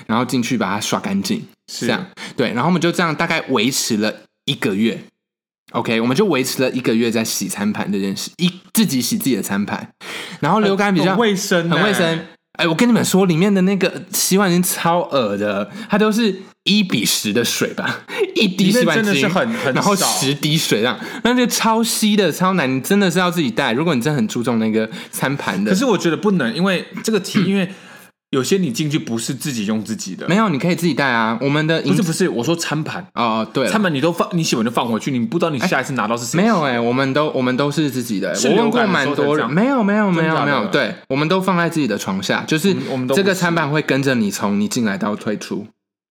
S2: 然后进去把它刷干净。
S1: 是
S2: 这样，对，然后我们就这样大概维持了一个月。OK，我们就维持了一个月在洗餐盘这件事，一自己洗自己的餐盘，然后流感比较
S1: 很卫生，欸
S2: 很卫生，。哎，我跟你们说，里面的那个洗碗巾超恶的，它都是一比十的水吧，一滴洗碗巾
S1: 里面真的是很很
S2: 然后
S1: 少
S2: 十滴水这样，那就超稀的，超难，你真的是要自己带。如果你真的很注重那个餐盘的，
S1: 可是我觉得不能，因为这个题，因为有些你进去不是自己用自己的
S2: 嗯没，有，你可以自己带啊。我们的
S1: 不
S2: 饮
S1: 是不是，我说餐盘，
S2: 哦，对了
S1: 餐，盘你都放，你洗完就放回去，你不知道你下一次拿到是谁，
S2: 没有哎、我们都我们都是自己的、欸
S1: 是
S2: 我问
S1: 流
S2: 过
S1: 感的
S2: 蛮
S1: 时候才
S2: 多
S1: 这
S2: 人，
S1: 样
S2: 没有没有没有
S1: 假的
S2: 没有，对，我们都放在自己的床下，就是
S1: 嗯我们都
S2: 这个
S1: 不是
S2: 餐盘会跟着你从你进来到退出，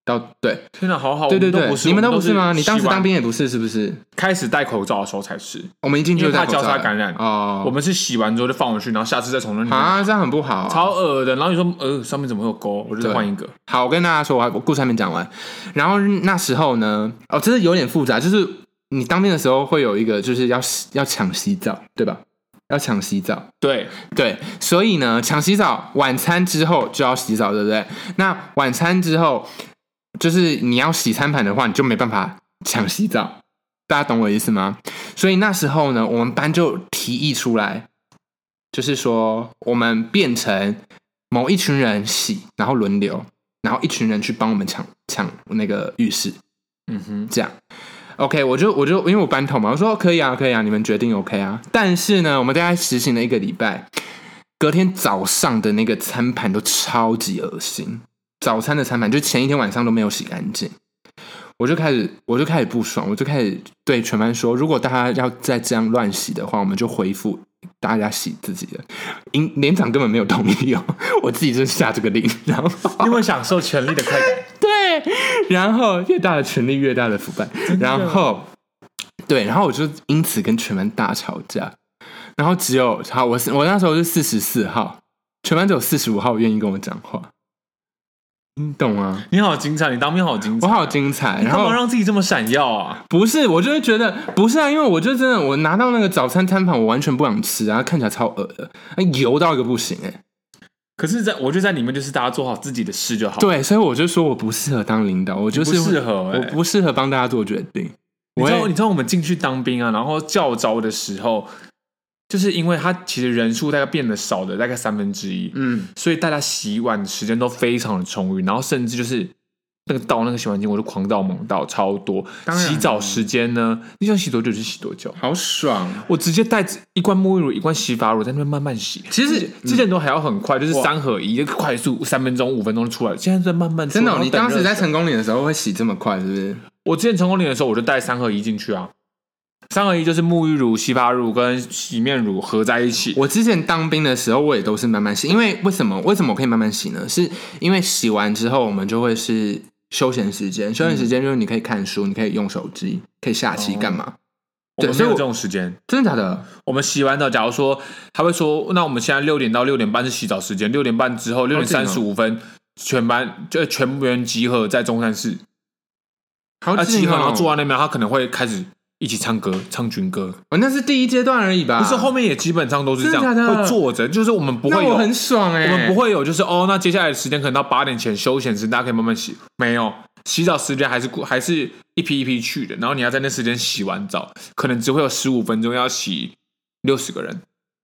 S2: 到对
S1: 天哪，好好，
S2: 对对
S1: 哦我
S2: 对
S1: 不，是
S2: 你们
S1: 我
S2: 都
S1: 们
S2: 不是吗？你当时
S1: 洗完
S2: 当兵也不是是不是？
S1: 开始戴口罩的时候才是，
S2: 我们一进去
S1: 因
S2: 就
S1: 为
S2: 戴
S1: 怕
S2: 口罩
S1: 交叉
S2: 了
S1: 感染
S2: 哦，
S1: 我们是洗完之后就放回去，然后下次再从那里面拿
S2: 啊这样很不好啊、
S1: 超恶的。然后你说呃上面怎么会有沟？我就再换一个。
S2: 好，我跟大家说，我还我故事还没讲完。然后那时候呢，哦，真的有点复杂，就是你当兵的时候会有一个就是要洗要抢洗澡，对吧？要抢洗澡，
S1: 对，
S2: 对，所以呢，抢洗澡，晚餐之后就要洗澡，对不对？那晚餐之后，就是你要洗餐盘的话，你就没办法抢洗澡，大家懂我意思吗？所以那时候呢，我们班就提议出来，就是说我们变成某一群人洗，然后轮流，然后一群人去帮我们抢抢那个浴室，
S1: 嗯哼，
S2: 这样。OK，我就我就因为我班头嘛，我说可以啊，可以啊，你们决定 OK 啊。但是呢，我们大概实行了一个礼拜，隔天早上的那个餐盘都超级恶心，早餐的餐盘就前一天晚上都没有洗干净。我就开始，我就开始不爽，我就开始对全班说，如果大家要再这样乱洗的话，我们就恢复大家洗自己的。因连长根本没有同意哦，我自己就下这个令，然后
S3: 因为享受权力的快感。
S2: 对，然后越大的权力越大的腐败，然后对，然后我就因此跟全班大吵架，然后只有好，我是我那时候是四十四号，全班只有四十五号愿意跟我讲话，你懂吗？
S1: [laughs] 你好精彩，你当兵好精
S2: 我
S1: 彩，
S2: 好精彩，
S1: 你
S2: 然
S1: 干
S2: 后
S1: 嘛让自己这么闪耀啊？
S2: 不是，我就会觉得不是啊，因为我就真的我拿到那个早餐餐盘，我完全不想吃啊，看起来超恶的，那油到一个不行哎、
S1: 可是在，我觉得在里面就是大家做好自己的事就好。，
S2: 对，所以我就说我不适合当领导，我就是
S1: 不适合欸
S2: 我不适合帮大家做决定。
S1: 你知道
S2: 我也
S1: 你知道我们进去当兵啊，然后教招的时候，就是因为他其实人数大概变得少了大概三分之一，
S2: 嗯，
S1: 所以大家洗碗的时间都非常的充裕，然后甚至就是那个倒那个洗碗巾，我就狂倒猛倒超多。
S2: 当然
S1: 洗澡时间呢，你想洗多久就洗多久。
S2: 好爽，
S1: 我直接带着一罐沐浴乳、一罐洗发乳在那边慢慢洗。
S2: 其实嗯
S1: 之前都还要很快，就是三合一，就快速三分钟、五分钟就出来了。现在在慢慢做
S2: 真的哦、
S1: 然后
S2: 你
S1: 等
S2: 当时
S1: 热
S2: 在
S1: 水
S2: 成功岭的时候会洗这么快，是不是？
S1: 我之前成功岭的时候，我就带三合一进去啊。三合一就是沐浴乳、洗发乳跟洗面乳合在一起。
S2: 我之前当兵的时候，我也都是慢慢洗，因为为什么？为什么我可以慢慢洗呢？是因为洗完之后，我们就会是休闲时间，休闲时间就是你可以看书，你可以用手机，可以下棋，
S1: 哦啊
S2: 干嘛？
S1: 我们没
S2: 对所以
S1: 有
S2: 我
S1: 这种时间。
S2: 真的假的？
S1: 我们洗完澡，假如说他会说，那我们现在六点到六点半是洗澡时间，六点半之后六点
S2: 近哦
S1: 三十五分，全班就全员集合在中山市，
S2: 好
S1: 啊，集
S2: 近
S1: 合然
S2: 哦！
S1: 后坐在那边，他可能会开始一起唱歌，唱军歌。
S2: 哦，那是第一阶段而已吧？
S1: 不是后面也基本上都是这样，
S2: 啊真的假的
S1: 会坐着，就是我们不会
S2: 那
S1: 有，
S2: 我很爽哎、
S1: 我们不会有，就是哦，那接下来的时间可能到八点前休闲时，大家可以慢慢洗。没有，洗澡时间还是固还是一批一批去的，然后你要在那时间洗完澡，可能只会有十五分钟要洗六十个人，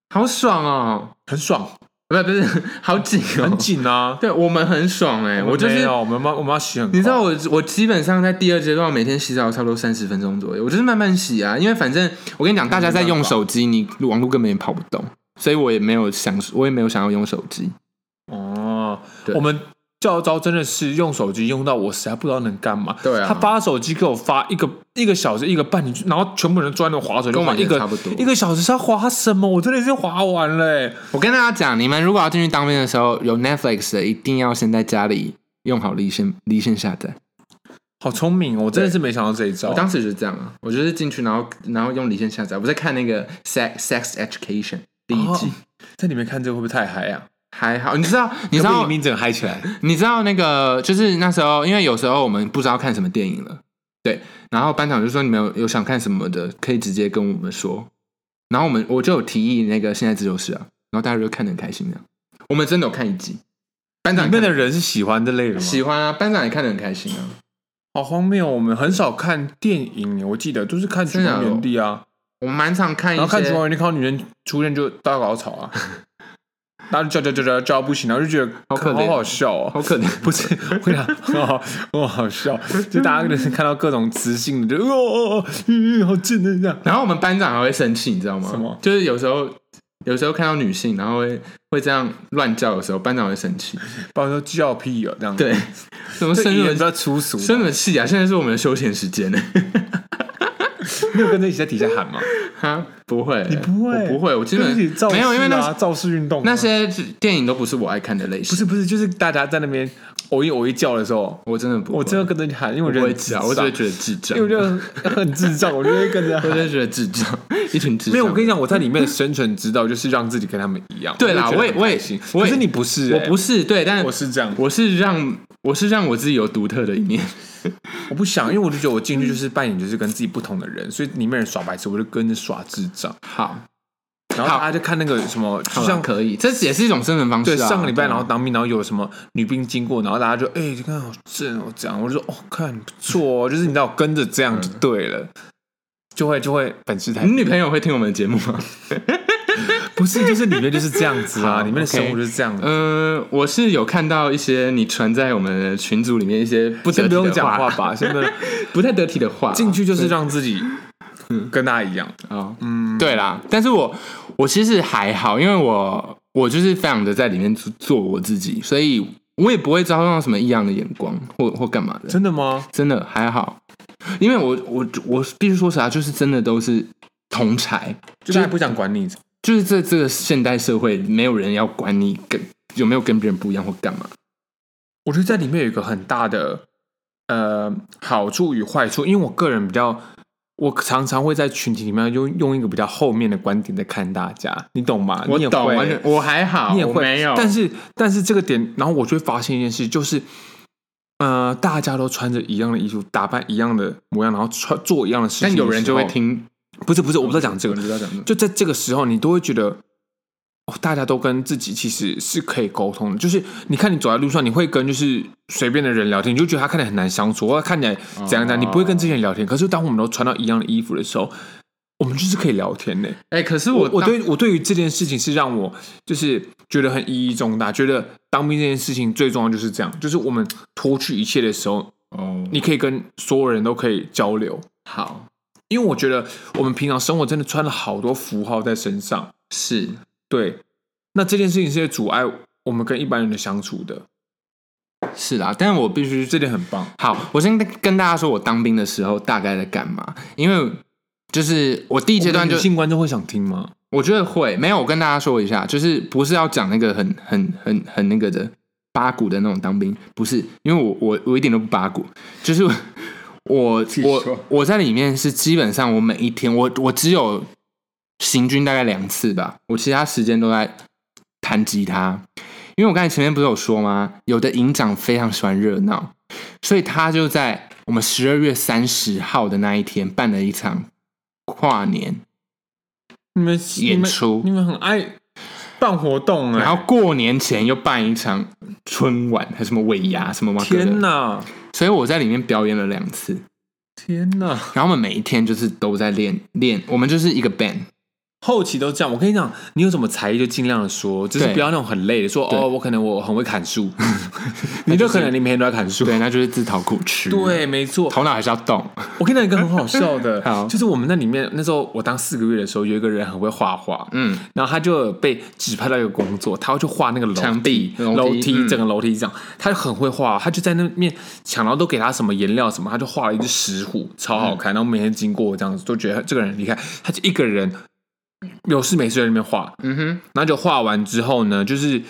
S2: 好爽哦！
S1: 很爽，
S2: 不是不是，好紧哦，
S1: 很。紧啊。
S2: 对我们很爽哎、我就是
S1: 没有我们要我们要洗很快，
S2: 你知道我我基本上在第二阶段每天洗澡差不多三十分钟左右，我就是慢慢洗啊，因为反正我跟你讲，大家在用手机，你网络根本也跑不动，所以我也没有想，我也没有想要用手机。
S1: 哦，
S2: 对
S1: 我们教招真的是用手机用到我实在不知道能干嘛。
S2: 对啊
S1: 他发手机给我发一个一个小时一个半，你然后全部人坐在那划手机，
S2: 跟我们
S1: 划一个
S2: 也差不多
S1: 一个小时是要划什么？我真的是划完了、欸。
S2: 我跟大家讲，你们如果要进去当兵的时候，有 Netflix 的，一定要先在家里用好离线离线下载。
S1: 好聪明哦！我真的是没想到这一招
S2: 我。当时就是这样啊，我就是进去，然后然后用离线下载。我在看那个 Sex Sex Education 第一季，
S1: 哦在里面看这个会不会太嗨啊？
S2: 还好，你知道你知道
S1: 明整嗨起来？
S2: 你知道那个，就是那时候，因为有时候我们不知道看什么电影了，对，然后班长就说你们有有想看什么的，可以直接跟我们说。然后我们我就有提议那个现在自由式啊，然后大家就看得很开心的。我们真的有看一集，班长
S1: 里
S2: 也看
S1: 面的人是喜欢这类的吗？
S2: 喜欢啊，班长也看得很开心啊。
S1: 好荒谬！我们很少看电影，我记得都是看《
S2: 真
S1: 寻
S2: 的假的
S1: 梦原地》啊，
S2: 我们蛮常看一
S1: 然后看《
S2: 些
S1: 寻，梦原地》看到女人出现就大高潮 [laughs] 啊，大家就叫叫叫叫叫到不行，然后就觉得
S2: 好可怜
S1: 好好笑哦，
S2: 好可怜，
S1: 不是，我跟你讲，很 [laughs] 好，很好 [laughs] 笑，就大家就是看到各种雌性的，就哦哦哦，嗯，好贱的这样。
S2: 然后我们班长还会生气，你知道吗？
S1: 什么
S2: 就是有时候有时候看到女性，然后会会这样乱叫的时候，班长会生气。
S1: 把我说叫屁哦，这样。，
S2: [laughs] 对，什么生
S1: 生人
S2: 什
S1: 比
S2: 么
S1: 较粗俗，
S2: 生什么气啊？现在是我们的休闲时间呢。
S1: 没有跟着一起在底下喊吗？
S2: 哈，不
S1: [laughs]
S2: 会，
S1: 你不会
S2: 我不会，我基本
S1: 跟着一起造势啊
S2: 没有，因为那
S1: 造势运动啊
S2: 那些电影都不是我爱看的类
S1: 不
S2: 型，
S1: 是不是，就是大家在那边偶一偶一叫的时候，
S2: 我真的不会，
S1: 我真的跟着你喊，因为我
S2: 我
S1: 觉
S2: 不
S1: 得
S2: 会
S1: 很智
S2: 讲，
S1: 障
S2: 我只会觉得智障，
S1: 啊因为我觉
S2: [laughs] 我
S1: 得很 [laughs] 智障，我就会跟着 [laughs] 喊
S2: 真。的觉得智障，一群智障。
S1: 没有，我跟你讲，我在里面的生存之道就是让自己跟他们一样。
S2: 对啦
S1: 就觉得很
S2: 我也我也
S1: 开心
S2: 我
S1: 可
S2: 也
S1: 是你不是欸，
S2: 我不是对，但
S1: 我是这样，
S2: 我是让我是让我自己有独特的一面，
S1: 我不想，因为我就觉得我进去就是扮演就是跟自己不同的人，所以里面人耍白痴，我就跟着耍智障。
S2: 好，
S1: 然后大家就看那个什么，就
S2: 好像
S1: 像
S2: 可以，这也是一种生存方式
S1: 对
S2: 啊。
S1: 上个礼拜，
S2: 对啊
S1: 然后当兵，然后有什么女兵经过，然后大家就哎，你 [laughs] 看好正哦，这样，我就说哦，看不错哦，就是你知道跟着这样就对了。就会就会本质太
S2: 你女朋友会听我们的节目
S1: [laughs]
S2: 吗？
S1: 不是，就是里面就是这样子啊，
S2: 好
S1: 里面的
S2: OK
S1: 生活就是这样的。呃
S2: 嗯，我是有看到一些你传在我们群组里面一些不得
S1: 先
S2: 体
S1: 不用
S2: 的
S1: 讲话
S2: 话，
S1: 吧，先不用
S2: 不太得体的话。
S1: 进去就是让自己嗯跟大家一样，
S2: 哦，
S1: 嗯，
S2: 对啦，但是我我其实还好，因为我我就是非常的在里面做做我自己，所以我也不会遭到什么异样的眼光或或干嘛的，
S1: 真的吗？
S2: 真的还好。因为我我我必须说实话，就是真的都是同才，
S1: 就大家不想管你，
S2: 就是这这个现代社会，没有人要管你跟有没有跟别人不一样或干嘛。
S1: 我觉得在里面有一个很大的呃好处与坏处，因为我个人比较，我常常会在群体里面用用一个比较后面的观点在看大家，你懂啊吗？
S2: 我
S1: 你也
S2: 懂，
S1: 会
S2: 完全我还好，
S1: 你也
S2: 我
S1: 会
S2: 没有，
S1: 但是但是这个点，然后我就会发现一件事，就是呃，大家都穿着一样的衣服，打扮一样的模样，然后穿做一样的事情，
S2: 但有人就会，听，
S1: 不是不是，我不在讲这个，
S2: 知道讲什么
S1: 就在这个时候，你都会觉得，哦，大家都跟自己其实是可以沟通的。就是你看你走在路上，你会跟就是随便的人聊天，你就觉得他看起来很难相处，或者看起来怎样怎样，你不会跟这些人聊天。可是当我们都穿到一样的衣服的时候，我们就是可以聊天的、
S2: 哎、可是
S1: 我
S2: 我
S1: 我
S2: 当
S1: 对我对于这件事情是让我就是觉得很意义重大，觉得当兵这件事情最重要就是这样，就是我们脱去一切的时候，
S2: 哦，
S1: 你可以跟所有人都可以交流。
S2: 好
S1: 因为我觉得我们平常生活真的穿了好多符号在身上，
S2: 是
S1: 对，那这件事情是阻碍我们跟一般人的相处的，
S2: 是啦，但我必须
S1: 这点很棒。
S2: 好，我先跟大家说我当兵的时候大概在干嘛，因为就是我第一阶段就
S1: 女性观众会想听吗？
S2: 我觉得会没有，我跟大家说一下，就是不是要讲那个很很很很那个的八股的那种当兵，不是，因为我我我一点都不八股，就是我
S1: [laughs]
S2: 我
S1: 自己说
S2: 我我在里面是基本上我每一天我我只有行军大概两次吧，我其他时间都在弹吉他，因为我刚才前面不是有说吗？有的营长非常喜欢热闹，所以他就在我们十二月三十号的那一天办了一场跨年。
S1: 你们
S2: 演出
S1: 你们你们很爱办活动哎、
S2: 然后过年前又办一场春晚，还有什么尾牙什么嘛，
S1: 天哪，
S2: 所以我在里面表演了两次，
S1: 天哪，
S2: 然后我们每一天就是都在练练，我们就是一个 band，
S1: 后期都这样。我跟你讲，你有什么才艺就尽量的说，就是
S2: 对
S1: 不要那种很累的说
S2: 对
S1: 哦，我可能我很会砍 [laughs] 树，你就可能你每天都在砍树。
S2: 对，那就是自讨苦吃，，
S1: 对，没错。
S2: 头脑还是要动，
S1: 我跟你讲一个很 [laughs] 好笑的
S2: 好，
S1: 就是我们那里面那时候我当四个月的时候，有一个人很会画画，
S2: 嗯，
S1: 然后他就有被指派到一个工作，他要去画那个楼梯
S2: 墙壁楼梯
S1: 楼梯、
S2: 嗯
S1: 整个楼梯这样，他很会画，他就在那面墙，然后都给他什么颜料什么，他就画了一只石虎，超好
S2: 嗯
S1: 看。然后每天经过这样子，都觉得这个人很厉害，他就一个人有事没事在那边画，
S2: 嗯哼，
S1: 然后就画完之后呢，就是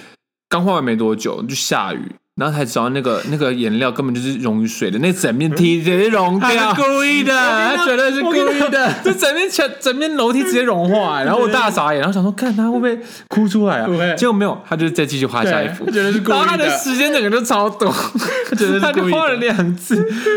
S1: 刚画完没多久就下雨。然后才知道那个那个颜料根本就是溶于水的，那整面梯直接融
S2: [laughs]
S1: 掉，
S2: 故意的，他绝啊对是故意
S1: [laughs]
S2: 的，
S1: 这整面全整面楼梯直接融化、然后我大傻眼，然后想说，看他会不会哭出来啊
S3: 不会？
S1: 结果没有，他就是再继续画下一幅，
S3: 对他觉得是故意的
S1: 然后他的时间整个就超短，他
S3: 觉得是故意的
S1: 就画了两次，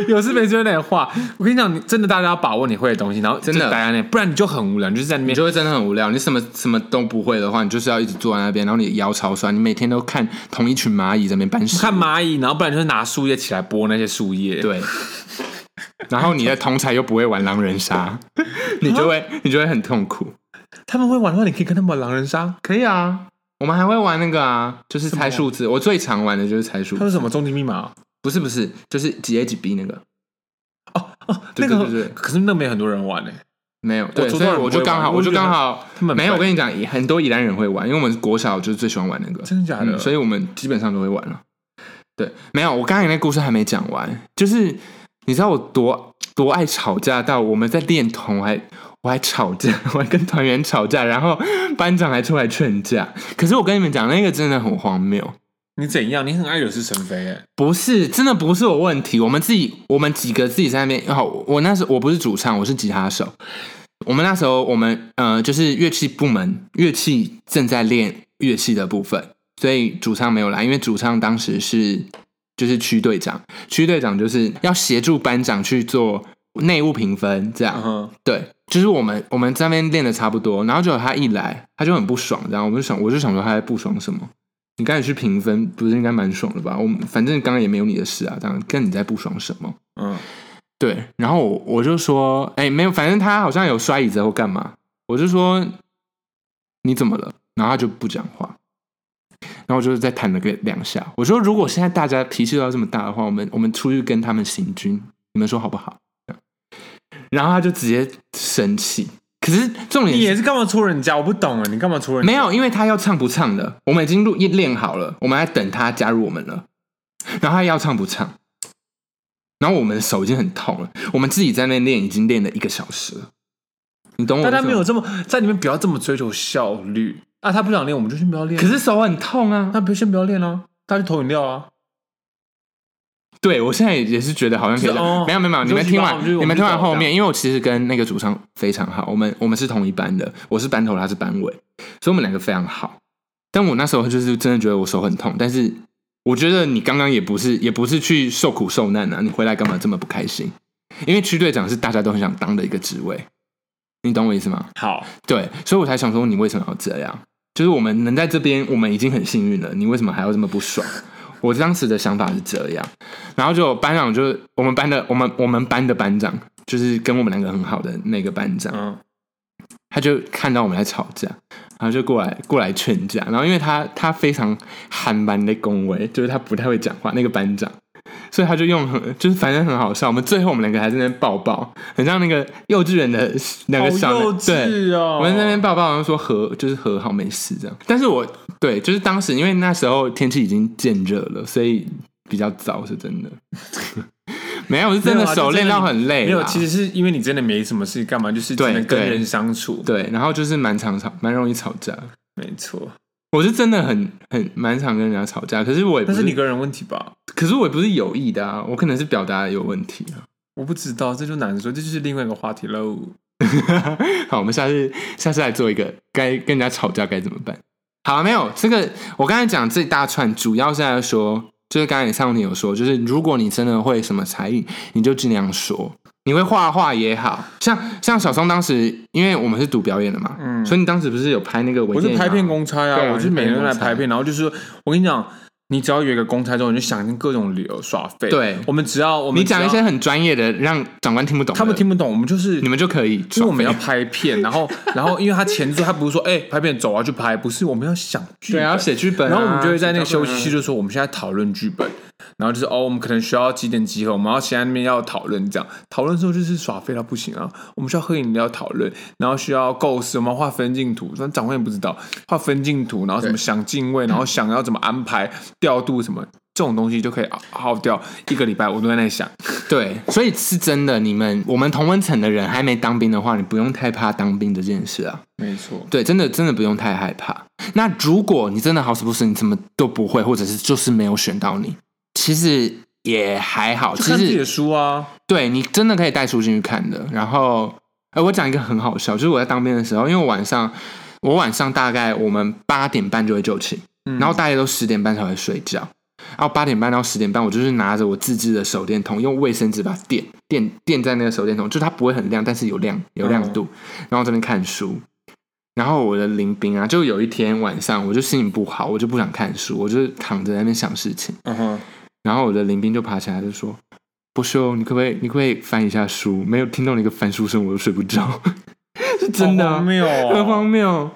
S1: 有事没事在那里画。我跟你讲，你真的大家要把握你会的东西，然后
S2: 真的
S1: 就待在那里，不然你就很无聊，你就是在那
S2: 你
S1: 边。
S2: 就会真的很无聊，你什么什么都不会的话，你就是要一直坐在那边，然后你的腰超酸，你每天都看同一群蚂蚁在那边搬屎，
S1: 看蚂蚁，然后不然就是拿树叶起来剥那些树叶。，
S2: 对。然后你的同才又不会玩狼人杀，你就会你就会很痛苦。
S1: 他们会玩的话，你可以跟他们玩狼人杀。
S2: 可以啊，我们还会玩那个啊，就是
S1: 什么
S2: 猜数字。我最常玩的就是猜数
S1: 他
S2: 字，
S1: 们什么终极密码？
S2: 不是不是，就是几 A 几 B 那个。
S1: 哦，
S2: 对
S1: 那个
S2: 对对对
S1: 可是那个没很多人玩呢。欸
S2: 没有，对，
S1: 昨
S2: 所以
S1: 天晚上
S2: 我就刚好，
S1: 不会玩
S2: 我就刚好
S1: 他们很
S2: 没有。我
S1: 笨
S2: 跟你讲，以很多宜兰人会玩，因为我们国小就是最喜欢玩那个，
S1: 真的假的
S2: 嗯所以我们基本上都会玩了。对，没有，我刚才那故事还没讲完，就是你知道我多多爱吵架，到我们在练团我还我还吵架， [laughs] 我还跟团员吵架，然后班长还出来劝架。可是我跟你们讲，那个真的很荒谬，
S1: 你怎样？你很爱惹是生非哎。
S2: 不是，真的不是我问题。我们自己，我们几个自己在那边。好，我那时候我不是主唱，我是吉他手。我们那时候，我们呃，就是乐器部门，乐器正在练乐器的部分，所以主唱没有来，因为主唱当时是就是区队长，区队长就是要协助班长去做内务评分，这样。
S1: 嗯哼。
S2: 对，就是我们我们在那边练的差不多，然后结果他一来，他就很不爽，然后我们就想，我就想说他在不爽什么？你刚才去评分，不是应该蛮爽的吧？我们反正刚刚也没有你的事啊，这样跟你在不爽什么？
S1: 嗯，
S2: 对，然后我我就说，哎、没有，反正他好像有摔椅子或干嘛，我就说你怎么了？然后他就不讲话，然后我就再弹了个两下，我说如果现在大家脾气都要这么大的话，我们我们出去跟他们行军，你们说好不好？这样然后他就直接生气，可是重点
S3: 你
S2: 是
S3: 也是干嘛戳人家？我不懂啊，你干嘛戳人家？
S2: 没有，因为他要唱不唱的，我们已经录一练好了，我们在等他加入我们了。然后他要唱不唱，然后我们的手已经很痛了，我们自己在那练已经练了一个小时了，你懂我？
S1: 大家没有，这么在里面不要这么追求效率啊！他不想练，我们就先不要练啊。
S2: 可是手很痛啊。
S1: 那不先不要练啊，大家去投饮料啊。
S2: 对我现在也是觉得好像可以这
S1: 是
S2: 样，
S1: 哦
S2: 没有没有没有，
S1: 你
S2: 你
S1: 就
S2: 们
S1: 去
S2: 听
S1: 吧
S2: 完
S1: 我们就
S2: 你
S1: 我
S2: 们
S1: 们
S2: 听
S1: 就
S2: 完
S1: 找
S2: 后
S1: 这
S2: 面，因为我其实跟那个主唱非常好，我们我们是同一班的，我是班头，他是班尾，所以我们两个非常好。但我那时候就是真的觉得我手很痛，但是我觉得你刚刚也不是也不是去受苦受难啊，你回来干嘛这么不开心？因为区队长是大家都很想当的一个职位，你懂我意思吗？
S3: 好，
S2: 对，所以我才想说你为什么要这样？就是我们能在这边，我们已经很幸运了，你为什么还要这么不爽？我当时的想法是这样，然后就班长就是我们班的我们我们班的班长，就是跟我们两个很好的那个班长，
S3: 嗯，
S2: 他就看到我们在吵架，然后就过来过来劝架。然后因为他他非常韩版的恭维，就是他不太会讲话那个班长，所以他就用很就是反正很好笑。我们最后我们两个还在那边抱抱，很像那个幼稚园的 [laughs] 两个小
S3: 好
S2: 男
S3: 幼
S2: 对
S3: 稚哦。
S2: 我们在那边抱抱，然后说和就是和好没事这样。但是我对就是当时因为那时候天气已经渐热了，所以比较早是真的。 [laughs] 没有，我是真
S1: 没
S2: 的
S1: 有啊就
S2: 手
S1: 真
S2: 练
S1: 的
S2: 到
S1: 你
S2: 很累啦。
S1: 没有，其实是因为你真的没什么事干嘛，就是只
S2: 对
S1: 能跟
S2: 对
S1: 人相处。
S2: 对，然后就是蛮常吵，蛮容易吵架。
S1: 没错，
S2: 我是真的很很蛮常跟人家吵架，可是我也不
S1: 那
S2: 是，
S1: 是你个人问题吧？
S2: 可是我也不是有意的啊，我可能是表达有问题啊。
S1: 我不知道，这就难说，这就是另外一个话题喽。
S2: [laughs] 好，我们下次下次来做一个该跟人家吵架该怎么办。好，啊没有这个，我刚才讲这一大串，主要是在说，就是刚才上你有说，就是如果你真的会什么才艺，你就尽量说。你会画画也好像像小松当时，因为我们是读表演的嘛，
S1: 嗯
S2: 所以你当时不是有拍那个文
S1: 我
S2: 件
S1: 是
S2: 吗
S1: 拍片公差啊，
S2: 对
S1: 我
S2: 你
S1: 就是是每天都来
S2: 拍片公差
S1: 拍片，然后就是我跟你讲，你只要有一个公差之后，你就想尽各种理由耍废。
S2: 对
S1: 我们只要我们
S2: 你讲一
S1: 只要
S2: 些很专业的，让长官听不懂的，
S1: 他们听不懂，我们就是
S2: 你们就可以
S1: 因为我
S2: 爽
S1: 们
S2: 飞，
S1: 要拍片，然
S2: [laughs]
S1: 后然后因为他前奏他不是说哎、拍片走啊去拍，不是我们要想剧
S2: 对
S1: 本，
S2: 啊，要写剧本、啊
S1: 然后我们就会在那个休息
S2: 室。
S1: 室就说我们现在讨论剧本，然后就是哦我们可能需要几点集合，我们要先在那边要讨论这样，讨论之后就是耍废到不行啊，我们需要喝饮料讨论，然后需要构思，我们要画分镜图，但长官也不知道画分镜图，然后什么想敬位，然后想要怎么安排调度什么。这种东西就可以耗耗掉一个礼拜，我都在那里想。
S2: 对，所以是真的。你们我们同温层的人还没当兵的话，你不用太怕当兵这件事啊。
S1: 没错，
S2: 对，真的真的不用太害怕。那如果你真的好死不死，你什么都不会，或者是就是没有选到你，其实也还好。
S1: 就
S2: 其
S1: 看自己的
S2: 实
S1: 书啊。
S2: 对你真的可以带书进去看的。然后，哎，我讲一个很好笑，就是我在当兵的时候，因为我晚上我晚上大概我们八点半就会就寝，
S1: 嗯
S2: 然后大家都十点半才会睡觉。然后八点半到十点半，我就是拿着我自制的手电筒，用卫生纸把它垫垫垫在那个手电筒，就是它不会很亮，但是有亮有亮度。
S1: 嗯
S2: 然后这边看书，然后我的林兵啊，就有一天晚上，我就心情不好，我就不想看书，我就躺着在那边想事情。
S1: 嗯哼，
S2: 然后我的林兵就爬起来就说：“不修，你可不可以你可不可以翻一下书？没有听到那个翻书声，我都睡不着。” [laughs] 是真的啊、
S1: 好荒谬哦
S2: 很荒谬，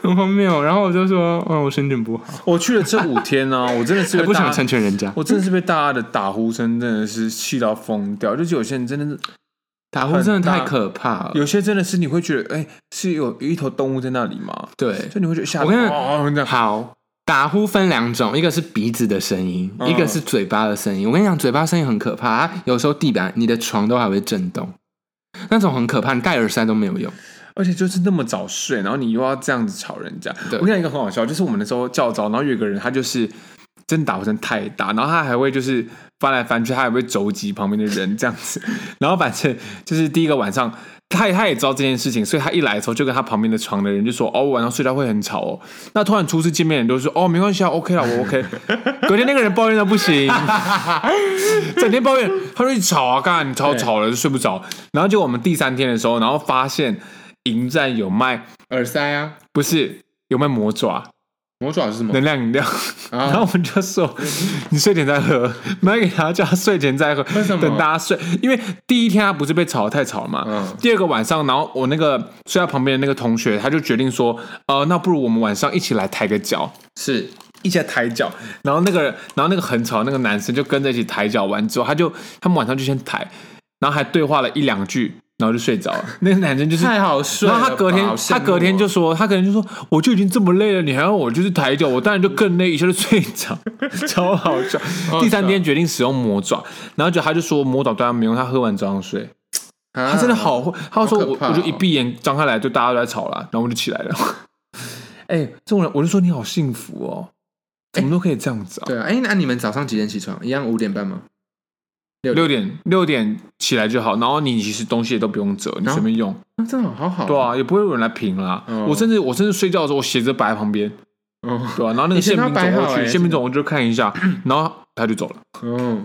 S2: 很荒谬。然后我就说，嗯，我身体不好，
S1: [laughs] 我去了这五天呢、我真的是
S2: 还
S1: 被
S2: 不
S1: 大
S2: 想
S1: 家
S2: 成，全人家。
S1: 我真的是被大家的打呼声真的是气到疯掉。就是有些人真的是，
S2: 打呼真的太
S1: 很大
S2: 可怕了。
S1: 有些真的是你会觉得，哎、是有有一头动物在那里吗？
S2: 对，
S1: 就你会觉得吓，
S2: 我跟你
S1: 哦，这样
S2: 好，打呼分两种，一个是鼻子的声音，
S1: 嗯
S2: 一个是嘴巴的声音。我跟你讲，嘴巴声音很可怕，它有时候地板、你的床都还会震动，那种很可怕，你戴耳塞都没有用。
S1: 而且就是那么早睡，然后你又要这样子吵人家。
S2: 对
S1: 我跟你讲一个很好笑，就是我们那时候教招，然后有一个人他就是真的打呼声太大，然后他还会就是翻来翻去，他还会肘击旁边的人这样子。 [laughs] 然后反正就是第一个晚上，他也他也知道这件事情，所以他一来的时候就跟他旁边的床的人就说：“哦，我晚上睡觉会很吵哦。”那突然初次见面的人都说：“哦，没关系啊，OK 了，我 OK。”隔天那个人抱怨到不行。 [laughs] 整天抱怨，他说你吵啊，干你吵吵了就睡不着。然后就我们第三天的时候，然后发现迎战有卖，
S2: 耳塞啊，
S1: 不是有卖魔爪，
S2: 魔爪是什么？
S1: 能量饮料，[laughs]
S2: 啊
S1: 然后我们就说你睡前再喝，买给他叫他睡前再喝，
S2: 为什么
S1: 等大家睡，因为第一天他不是被吵得太吵了嘛，
S2: 嗯
S1: 第二个晚上，然后我那个睡在旁边的那个同学，他就决定说，呃，那不如我们晚上一起来抬个脚，
S2: 是
S1: 一起来抬脚，然后那个人，然后那个很吵的那个男生就跟着一起抬脚，完之后他就他们晚上就先抬，然后还对话了一两句，然后就睡着了。那个男生就是
S2: 太好睡了
S1: 然
S2: 吧。
S1: 后他隔天
S2: 好羡慕
S1: 他
S2: 哦
S1: 隔天就说他隔天就说我就已经这么累了，你还让我就是抬脚，我当然就更累，一下就睡
S2: [laughs]
S1: 着，超好笑。第三天决定使用魔爪，然后就他就说魔爪对他没用，他喝完早上睡，
S2: 啊
S1: 他真的好会，他说
S2: 好可
S1: 我
S2: 怕
S1: 我就一
S2: 哦
S1: 闭眼张开来就大家都在吵了，然后我就起来
S2: [laughs]
S1: 了。哎，这种人我就说你好幸福哦，怎么都可以这样子啊？
S2: 哎对啊。哎，那你们早上几点起床？一样五点半吗？
S1: 六点六点起来就好，然后你其实东西也都不用折，你随便用，
S2: 啊，真的好好。
S1: 对，啊，也不会有人来评啦。
S2: 嗯
S1: 我甚至我甚至睡觉的时候，我鞋子摆在旁边，
S2: 哦
S1: 对啊，然后那个
S2: 以前
S1: 宪
S2: 他
S1: 兵走
S2: 摆
S1: 过
S2: 好
S1: 去，
S2: 欸
S1: 宪兵走过去就看一下，
S2: [clears throat]
S1: 然后他就走了，嗯
S2: 哦，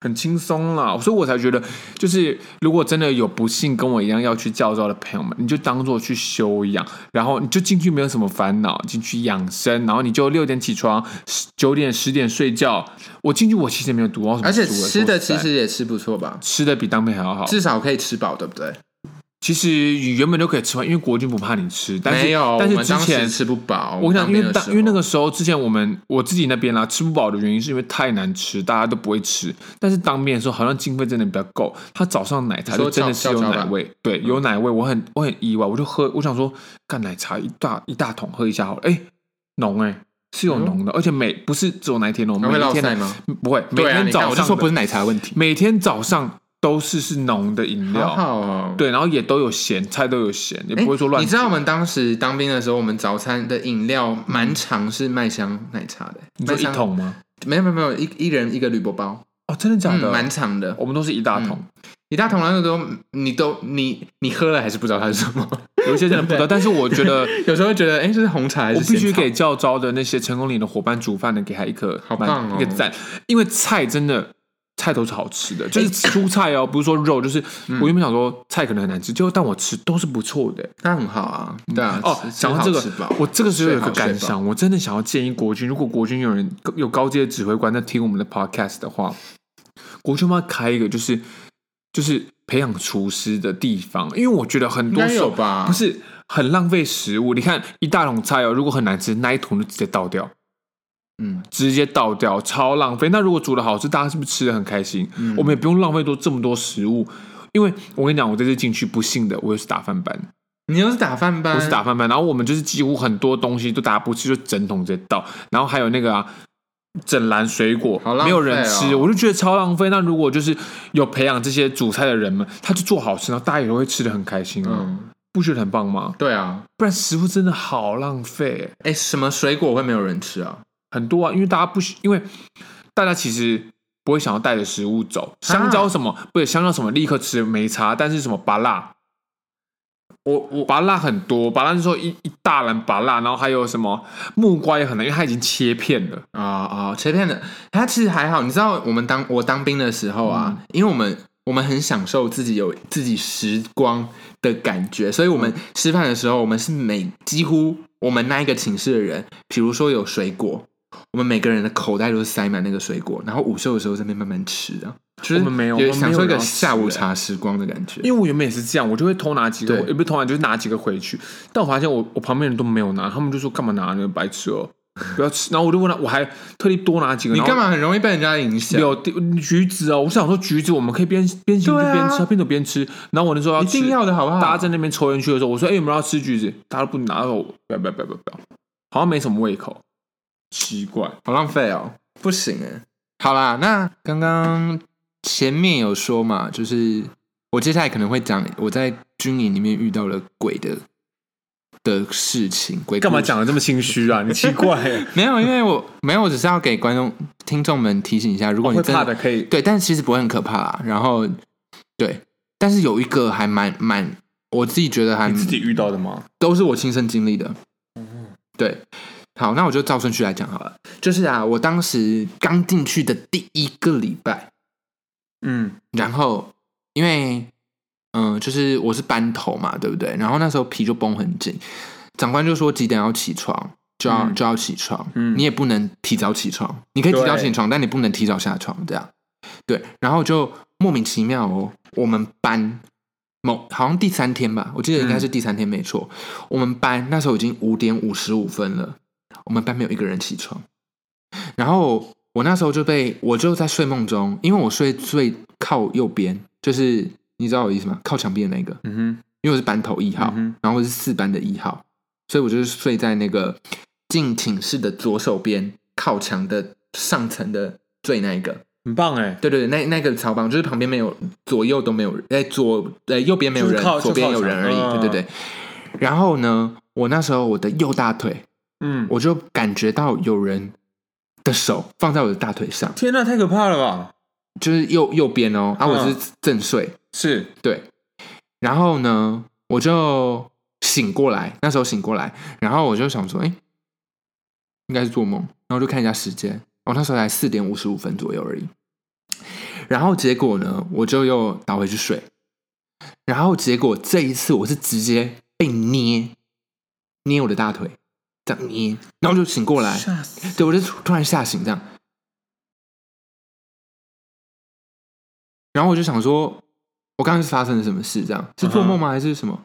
S1: 很轻松啦。所以我才觉得，就是如果真的有不幸跟我一样要去教招的朋友们，你就当做去休养，然后你就进去没有什么烦恼，进去养生，然后你就六点起床，十九点十点睡觉。我进去我其实也没有读到什么
S2: 而且
S1: 书欸
S2: 吃
S1: 说
S2: 的
S1: 实
S2: 其
S1: 在
S2: 实也吃不错吧，
S1: 吃的比当兵还要好，
S2: 至少可以吃饱，对不对？
S1: 其实原本就可以吃完，因为国军不怕你吃，但是
S2: 没有，
S1: 但
S2: 我
S1: 是
S2: 们
S1: 之
S2: 当时
S1: 前
S2: 吃不饱。
S1: 我想，因为当
S2: 当兵的时候
S1: 因为那个时候之前我们我自己那边啦，吃不饱的原因是因为太难吃，大家都不会吃。但是当面的时候，好像经费真的比较够。他早上奶茶
S2: 你说
S1: 就真的
S2: 照
S1: 是有
S2: 照照
S1: 奶
S2: 吧
S1: 味，对，有奶味，我很我很意外，我就喝，我想说干奶茶一大一大桶喝一下好了，哎，浓哎、是有浓的，而且每不是只有那一天浓，
S2: 它
S1: 每
S2: 嗯会落
S1: 一
S2: 塞
S1: 天
S2: 吗？
S1: 不会，每
S2: 对啊，
S1: 天
S2: 你看
S1: 早
S2: 我就
S1: 上
S2: 说
S1: 的
S2: 不是奶茶问题，
S1: 每天早上都是是浓的饮料，
S2: 好好哦。
S1: 对，然后也都有咸，菜都有咸，也
S2: 诶
S1: 不会说乱
S2: 你
S1: 吃。
S2: 知道我们当时当兵的时候，我们早餐的饮料蛮常是麦香奶茶的，
S1: 嗯你说
S2: 麦香
S1: 一？桶吗？
S2: 没有没有没有，一一人一个铝箔包，
S1: 哦，真的假
S2: 嗯，
S1: 的？
S2: 蛮长的。
S1: 我们都是一大桶。
S2: 一大桶然后都你都你你喝了还是不知道它是什么， [laughs]
S1: 有一些真的不知道，但是我觉得
S2: 有时候会觉得哎、诶这是红茶还
S1: 我
S2: 是
S1: 必须
S2: 咸茶
S1: 给教招的那些成功领的伙伴煮饭的给他一颗
S2: 好
S1: 蛮
S2: 棒哦
S1: 一个赞，因为菜真的菜都是好吃
S2: 哎
S1: 的，就是蔬菜哦，不是说肉，就是
S2: 嗯
S1: 我原本想说菜可能很难吃，结果但我吃都是不错的。
S2: 那很好啊，对啊。
S1: 哦，
S2: 吃
S1: 想到这个
S2: 吃好吃饱，
S1: 我这个时候有一个
S2: 睡饱
S1: 感
S2: 睡饱
S1: 想，我真的想要建议国军，如果国军有人有高阶的指挥官在听我们的 podcast 的话，国军要开一个就是就是培养厨师的地方，因为我觉得很
S2: 应
S1: 多
S2: 该
S1: 时候
S2: 有吧
S1: 不是很浪费食物。你看一大桶菜哦，如果很难吃，那一桶就直接倒掉。
S2: 嗯，
S1: 直接倒掉，超浪费。那如果煮的好吃，大家是不是吃的很开心？
S2: 嗯
S1: 我们也不用浪费多这么多食物。因为我跟你讲，我这次进去不幸的，我又是打饭班，
S2: 你又是打饭班，
S1: 我是打饭班，然后我们就是几乎很多东西都大家不吃，就整桶直接倒，然后还有那个啊。整篮水果、
S2: 好浪费哦
S1: 没有人吃，我就觉得超浪费。那如果就是有培养这些煮菜的人们，他就做好吃，然后大家也都会吃的很开心啊，
S2: 嗯，
S1: 不觉得很棒吗？
S2: 对啊，
S1: 不然食物真的好浪费，
S2: 哎、什么水果会没有人吃啊？
S1: 很多啊，因为大家不喜，因为大家其实不会想要带着食物走，
S2: 啊
S1: 香蕉什么、不是香蕉什么立刻吃没差，但是什么芭辣，我我芭辣很多，芭辣那时候一一大篮芭辣，然后还有什么木瓜也很难，因为它已经切片了，
S2: 啊、啊、切片的，它其实还好。你知道我们当我当兵的时候啊，
S1: 嗯
S2: 因为我们我们很享受自己有自己时光的感觉，所以我们
S1: 嗯
S2: 吃饭的时候，我们是每几乎我们那一个寝室的人，比如说有水果，我们每个人的口袋都是塞满那个水果，然后午休的时候在那边慢慢吃的，就是
S1: 我们没有我们没有
S2: 享受一
S1: 人
S2: 个
S1: 要吃
S2: 下午
S1: 欸
S2: 茶时光的感觉。
S1: 因为我原本也是这样，我就会偷拿几个，
S2: 对
S1: 也不是偷拿，就是拿几个回去，但我发现我我旁边人都没有拿，他们就说干嘛拿，你白痴哦，不要吃，然后我就问他，我还特地多拿几个，
S2: 你
S1: 然后
S2: 干嘛很容易被人家影响？
S1: 有橘子哦，我想说橘子我们可以边边行就
S2: 对啊
S1: 边吃，边走边吃。然后我那时候要
S2: 一
S1: 吃，
S2: 定要的好不好？
S1: 大家在那边抽烟区的时候，我说：“哎、有没有要吃橘子？”大家都不拿，我不要不要不要不要不要，好像没什么胃口，奇怪。
S2: 好浪费哦，不行哎。好啦，那刚刚前面有说嘛，就是我接下来可能会讲我在军营里面遇到了鬼的的事情，鬼故事？
S1: 的这么心虚啊？你奇怪、 [laughs]
S2: 没有，因为我没有，我只是要给观众听众们提醒一下，如果你
S1: 哦会
S2: 真
S1: 怕的可以。
S2: 对，但其实不会很可怕啦。然后对，但是有一个还蛮蛮，我自己觉得还
S1: 你自己遇到的吗？
S2: 都是我亲身经历的。对，好，那我就照顺序来讲好了。就是啊，我当时刚进去的第一个礼拜，
S1: 嗯，
S2: 然后因为嗯、呃就是我是班头嘛，对不对？然后那时候皮就绷很紧，长官就说几点要起床，就要、就要起床，你也不能提早起床，你可以提早起床，但你不能提早下床，这样。对，然后就莫名其妙哦，我们班某好像第三天吧，我记得应该是第三天没错，我们班那时候已经五点五十五分了，我们班没有一个人起床，然后我那时候就被我就在睡梦中，因为我睡最靠右边，就是你知道我意思吗？靠墙壁的那个，
S1: 嗯
S2: 因为我是班头一号，
S1: 嗯
S2: 然后我是四班的一号，所以我就是睡在那个进寝室的左手边靠墙的上层的最那一个。
S1: 哼，很棒哎，
S2: 对对对，那那个超棒，就是旁边没有，左右都没有人，哎、左呃右边没有
S1: 就
S2: 人
S1: 是靠，
S2: 左边
S1: 就
S2: 有
S1: 靠
S2: 人而已。
S1: 墙嗯
S2: 对对对。然后呢，我那时候我的右大腿，
S1: 嗯，
S2: 我就感觉到有人的手放在我的大腿上，
S1: 天哪，太可怕了吧？
S2: 就是右右边哦，啊，我
S1: 嗯
S2: 是正睡，
S1: 是，
S2: 对，然后呢，我就醒过来，那时候醒过来，然后我就想说，哎，应该是做梦，然后就看一下时间，我、那时候才四点五十五分左右而已。然后结果呢，我就又倒回去睡，然后结果这一次我是直接被捏，捏我的大腿，这样捏，然后就醒过来，
S1: 吓死，
S2: 对我就突然吓醒这样，然后我就想说，我刚刚是发生了什么事？这样是做
S1: 嗯
S2: 梦吗？还是什么？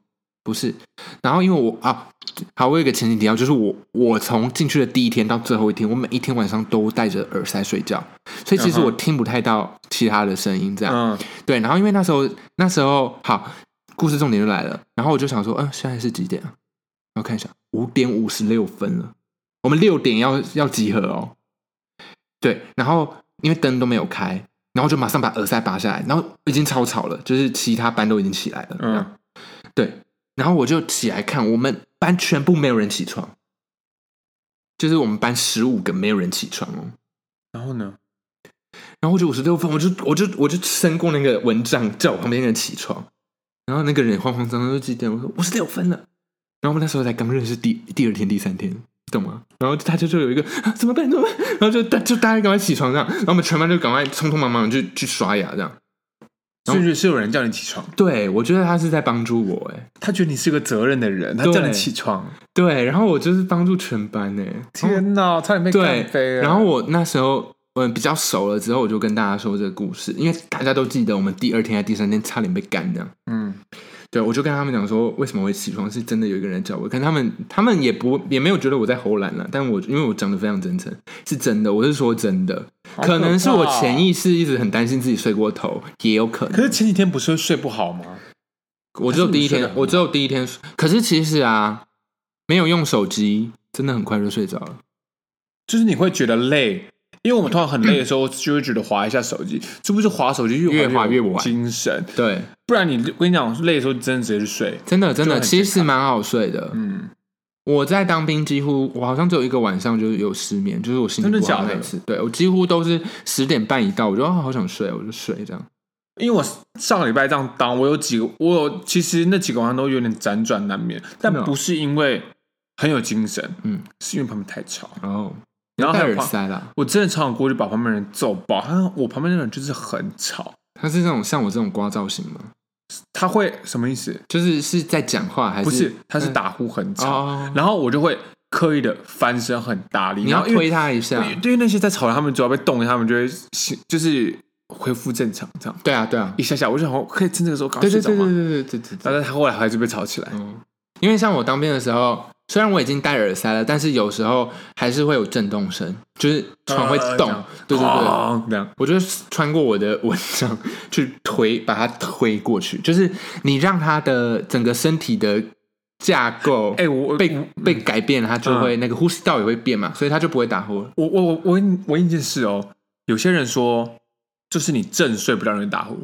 S2: 不是。然后因为我啊，好，我有一个前提条，就是我我从进去的第一天到最后一天，我每一天晚上都戴着耳塞睡觉，所以其实
S1: 嗯哼
S2: 我听不太到其他的声音这样。
S1: 嗯，
S2: 对，然后因为那时候那时候好，故事重点就来了。然后我就想说，嗯、现在是几点啊？我看一下，五点五十六分了。我们六点要要集合哦。对，然后因为灯都没有开，然后就马上把耳塞拔下来，然后已经超吵了，就是其他班都已经起来了。
S1: 嗯
S2: 嗯，对，然后我就起来看，我们班全部没有人起床，就是我们班十五个没有人起床哦。
S1: 然后呢？
S2: 然后我就五十六分，我就我就我就伸过那个蚊帐，叫我旁边的人起床。然后那个人也慌慌张张，就几点？我说五十六分了。然后我们那时候才刚认识第第二天、第三天，懂吗？然后他就就有一个、啊、怎么办？怎么办？然后就大就大家赶快起床这样，然后我们全班就赶快匆匆忙忙地去去刷牙这样。然后
S1: 所以是有人叫你起床，
S2: 对，我觉得他是在帮助我哎。
S1: 他觉得你是个责任的人，他
S2: 对
S1: 叫你起床。
S2: 对，然后我就是帮助全班哎。
S1: 天哪，差点被
S2: 对
S1: 干啊飞，了。
S2: 然后我那时候嗯比较熟了之后，我就跟大家说这个故事，因为大家都记得我们第二天还是第三天差点被干这样。
S1: 嗯，
S2: 对，我就跟他们讲说，为什么会起床，是真的有一个人叫我，但他们他们也不也没有觉得我在胡乱了，但我因为我讲的非常真诚，是真的，我是说真的，
S1: 好
S2: 可能是
S1: 怕
S2: 我
S1: 哦
S2: 潜。意识一直很担心自己睡过头，也有可
S1: 可
S2: 能。
S1: 是前几天不是睡不好吗？
S2: 我只有第一
S1: 还是你睡得
S2: 天
S1: 很，好
S2: 我只有第一天，可是其实啊，没有用手机，真的很快就睡着了。
S1: 就是你会觉得累，因为我们通常很累的时候，就会觉得滑一下手机，是不是滑手机
S2: 越
S1: 越
S2: 滑越
S1: 越
S2: 晚
S1: 精神？
S2: 对，
S1: 不然你我跟你讲，累的时候真的直接去睡。
S2: 真的真
S1: 就
S2: 的，
S1: 很
S2: 其
S1: 健
S2: 实蛮好睡的。
S1: 嗯，
S2: 我在当兵，几乎我好像只有一个晚上就是有失眠，就是我心情
S1: 真的
S2: 不好
S1: 假
S2: 那
S1: 的
S2: 一次。对我几乎都是十点半一到，我就啊好想睡，我就睡这样。
S1: 因为我上个礼拜这样当，我有几个，我有其实那几个晚上都有点辗转难眠，但
S2: 真的哦
S1: 不是因为很有精神，
S2: 嗯，
S1: 是因为旁边太吵，
S2: 然后
S1: 然后
S2: 戴
S1: 还有
S2: 耳
S1: 旁
S2: 塞啦，
S1: 我真的超想过去把旁边人揍爆，他我旁边那个人就是很吵，
S2: 他是那种像我这种刮造型吗？
S1: 他会什么意思？
S2: 就是是在讲话还
S1: 不是
S2: 是？，
S1: 他是打呼很吵，
S2: 哦，
S1: 然后我就会刻意的翻身很大力，
S2: 你
S1: 然
S2: 要
S1: 后因为
S2: 推他一下。
S1: 对，对于那些在吵的，他们只要被动，他们就会醒就是恢复正常，这样
S2: 对啊，对啊，
S1: 一下下，我就想我可以趁这个时候赶快
S2: 对
S1: 睡
S2: 对
S1: 着
S2: 对
S1: 嘛。
S2: 对对对对对对。
S1: 但是他后来还是被吵起来，
S2: 嗯，因为像我当兵的时候，虽然我已经戴耳塞了，但是有时候还是会有震动声，就是床会
S1: 呃
S2: 动
S1: 这样。
S2: 对对对，
S1: 哦这样
S2: 我就穿过我的蚊帐去推，把它推过去，就是你让它的整个身体的架构，
S1: 哎我嗯
S2: 被
S1: 我
S2: 被改变，它就会、那个呼吸道也会变嘛，所以它就不会打呼了。
S1: 我我我我问我问一件事哦，有些人说就是你正睡不让人打呼，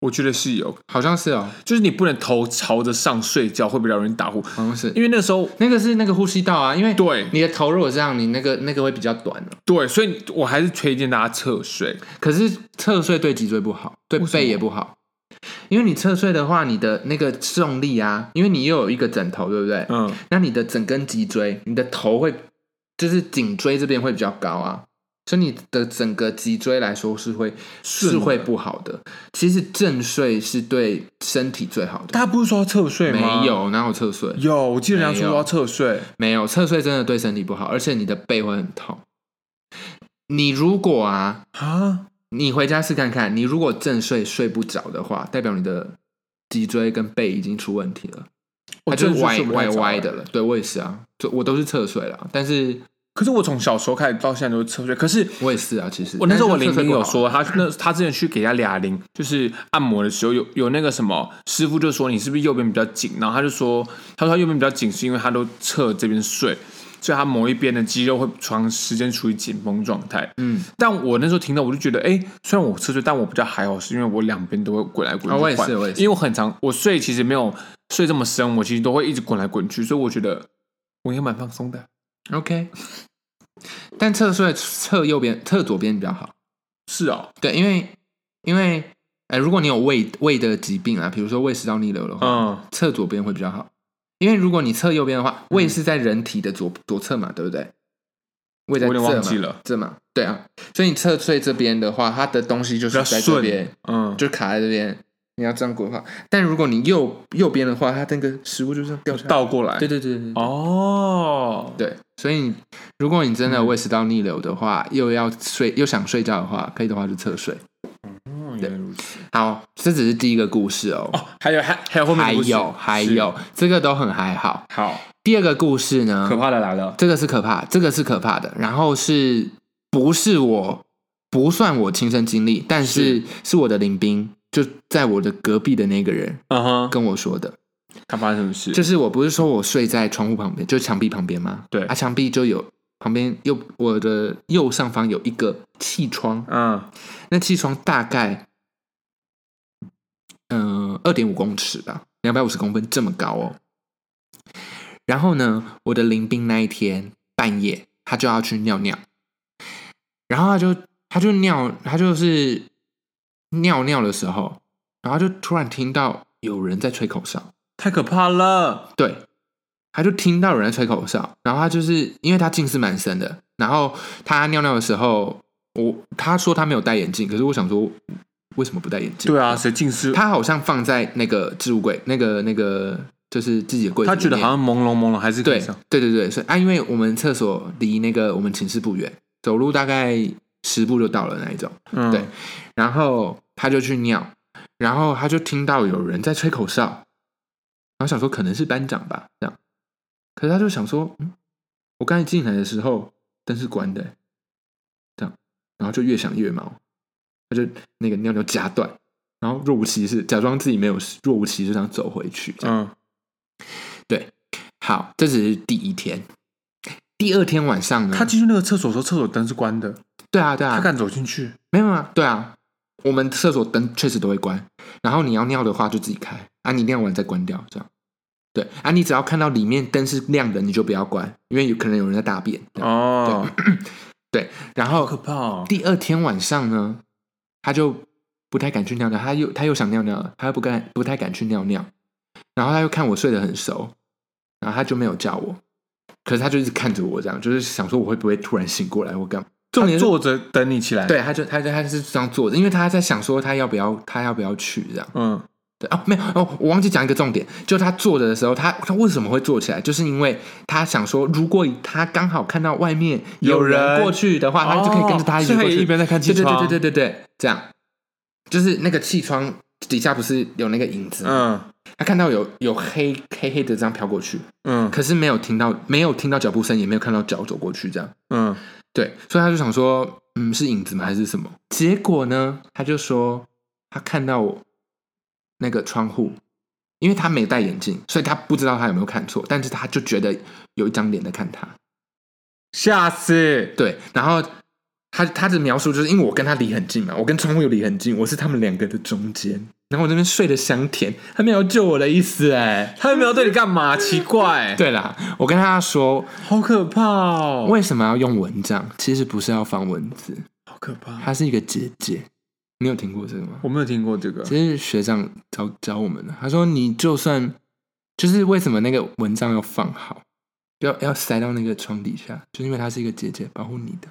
S1: 我觉得是有，
S2: 好像是哦，
S1: 就是你不能头朝着上睡觉会不会让人打呼，
S2: 好像是，
S1: 因为那时候
S2: 那个是那个呼吸道啊，因为
S1: 对
S2: 你的头如果这样，你那个那个会比较短哦。
S1: 对，所以我还是推荐大家侧睡，
S2: 可是侧睡对脊椎不好，对
S1: 为什么
S2: 背也不好，因为你侧睡的话，你的那个重力啊，因为你又有一个枕头，对不对？
S1: 嗯，
S2: 那你的整根脊椎，你的头会，就是颈椎这边会比较高啊，所以你的整个脊椎来说是会是
S1: 的
S2: 会不好的。其实正睡是对身体最好的。
S1: 他不是说要侧睡吗？
S2: 没，有，哪有侧睡？
S1: 有，我记得人家
S2: 没
S1: 说
S2: 有
S1: 要侧睡，
S2: 没有，侧睡真的对身体不好，而且你的背会很痛。你如果啊，
S1: 啊，
S2: 你回家试看看，你如果正睡睡不着的话，代表你的脊椎跟背已经出问题了，
S1: 我
S2: 它就
S1: 哦真的
S2: 是
S1: 是
S2: 歪
S1: 睡不太
S2: 歪
S1: 着
S2: 歪
S1: 欸
S2: 的了。对我也是啊，就我都是侧睡了，但是
S1: 可是我从小时候开始到现在都是侧睡，可是
S2: 我也是啊，其实
S1: 我那时候我
S2: 但是
S1: 玲
S2: 侧
S1: 玲
S2: 睡不
S1: 有
S2: 好
S1: 说，她那她之前去给她俩铃，就是按摩的时候有有那个什么师傅就说你是不是右边比较紧，然后她就说她说她右边比较紧是因为她都侧这边睡，所以她某一边的肌肉会长时间处于紧绷状态。
S2: 嗯，
S1: 但我那时候听到我就觉得，哎、虽然我侧睡，但我比较还好，是因为我两边都会滚来滚去、
S2: 啊我也是
S1: 换
S2: 我也是
S1: 因为我很常我睡其实没有睡这么深，我其实都会一直滚来滚去，所以我觉得我应该蛮放松的。
S2: OK，但侧睡侧右边侧左边比较好。
S1: 是哦，
S2: 对，因为因为呃，如果你有胃胃的疾病啊，比如说胃食道逆流的话，
S1: 嗯，
S2: 侧左边会比较好。因为如果你侧右边的话，胃是在人体的左左侧嘛，对不对？胃在
S1: 我有
S2: 这
S1: 点
S2: 嘛
S1: 忘记了，
S2: 这嘛，对啊。所以你侧睡这边的话，它的东西就
S1: 比较
S2: 是在这
S1: 顺
S2: 边，，
S1: 嗯，
S2: 就卡在这边。你要这样滚的话，但如果你右右边的话，它那个食物就这样掉下来。
S1: 倒过来，
S2: 对对对对对
S1: 哦，
S2: 对，所以如果你真的胃食道逆流的话，又要睡又想睡觉的话，可以的话就侧睡。
S1: 嗯，原来如此。
S2: 好，这只是第一个故事哦。
S1: 哦，还有还还有后面
S2: 还
S1: 的故事
S2: 有还，有，这个都很还好。
S1: 是好
S2: 第二个故事呢，
S1: 可怕的来了，
S2: 这个是可怕，这个是可怕的。然后是不是我不算我亲身经历，但是是我的邻兵，就在我的隔壁的那个人
S1: 嗯哼，
S2: 跟我说的。
S1: 他发生什么事？
S2: 就是我不是说我睡在窗户旁边，就是墙壁旁边吗？
S1: 对
S2: 啊，墙壁就有旁边右我的右上方有一个气窗，
S1: 嗯，
S2: 那气窗大概嗯二点五公尺吧，两百五十公分这么高哦。然后呢，我的林兵那一天半夜他就要去尿尿，然后他就他就尿他就是尿尿的时候，然后就突然听到有人在吹口哨。
S1: 太可怕了，
S2: 对，他就听到有人在吹口哨，然后他就是因为他近视蛮深的，然后他尿尿的时候，我他说他没有戴眼镜，可是我想说为什么不戴眼镜？
S1: 对啊，谁近视？
S2: 他好像放在那个置物柜，那个那个就是自己的柜子
S1: 他
S2: 里面，
S1: 觉得好像朦胧朦胧，还是可以
S2: 对
S1: 上
S2: 对对对，所以啊，因为我们厕所离那个我们寝室不远，走路大概十步就到了那一种，
S1: 嗯
S2: 对然后他就去尿，然后他就听到有人在吹口哨，然后想说可能是班长吧，这样。可是他就想说，嗯，我刚才进来的时候灯是关的欸，这样，然后就越想越毛，他就那个尿尿夹断，然后若无其事，假装自己没有事，若无其事这样走回去。这样
S1: 嗯，
S2: 好，这只是第一天。第二天晚上呢？
S1: 他进去那个厕所的时候，厕所灯是关的，
S2: 对啊嗯对啊，
S1: 他敢走进去，
S2: 没有啊，对啊，我们厕所灯确实都会关，然后你要尿的话就自己开啊，你尿完再关掉，这样。对啊，你只要看到里面灯是亮的，你就不要关，因为有可能有人在大便。这样
S1: 哦，
S2: [clears throat] 然
S1: 好可
S2: 后
S1: 怕哦，
S2: 第二天晚上呢，他就不太敢去尿尿，他又他又想尿尿了，他又不敢不太敢去尿尿，然后他又看我睡得很熟，然后他就没有叫我，可是他就一直看着我，这样就是想说我会不会突然醒过来或干嘛。重点
S1: 他
S2: 是
S1: 坐着等你起来，，
S2: 对，他就他就他是这样坐着，因为他在想说他要不要他要不要去这样。
S1: 嗯，
S2: 对哦，没有哦，我忘记讲一个重点，就他坐着的时候，他他为什么会坐起来，就是因为他想说，如果他刚好看到外面有
S1: 有
S2: 人
S1: 人
S2: 过去的话，他就可以跟着他一起
S1: 哦所以
S2: 过
S1: 他也
S2: 去，
S1: 一边在看气
S2: 对对
S1: 窗
S2: 对对对对对，这样就是那个气窗底下不是有那个影子吗，
S1: 嗯
S2: 他看到有有黑黑黑的这样飘过去，
S1: 嗯
S2: 可是没有听到没有听到脚步声，也没有看到脚走过去这样。
S1: 嗯，
S2: 对，所以他就想说，嗯，是影子吗？还是什么？结果呢，他就说他看到我那个窗户，因为他没戴眼镜，所以他不知道他有没有看错，但是他就觉得有一张脸在看他。
S1: 吓死，
S2: 对，然后他他的描述就是因为我跟他离很近嘛，我跟窗户又离很近，我是他们两个的中间。然后我那边睡得香甜，他没有救我的意思哎。
S1: 他有没有对你干嘛？奇怪，
S2: 对啦，我跟他说
S1: 好可怕哦，
S2: 为什么要用蚊帐，其实不是要防蚊子，
S1: 好可怕，
S2: 她是一个姐姐。你有听过这个吗？
S1: 我没有听过这个，
S2: 其实学长教教我们的，他说你就算就是为什么那个蚊帐要放好，要要塞到那个床底下，就是因为它是一个姐姐保护你的。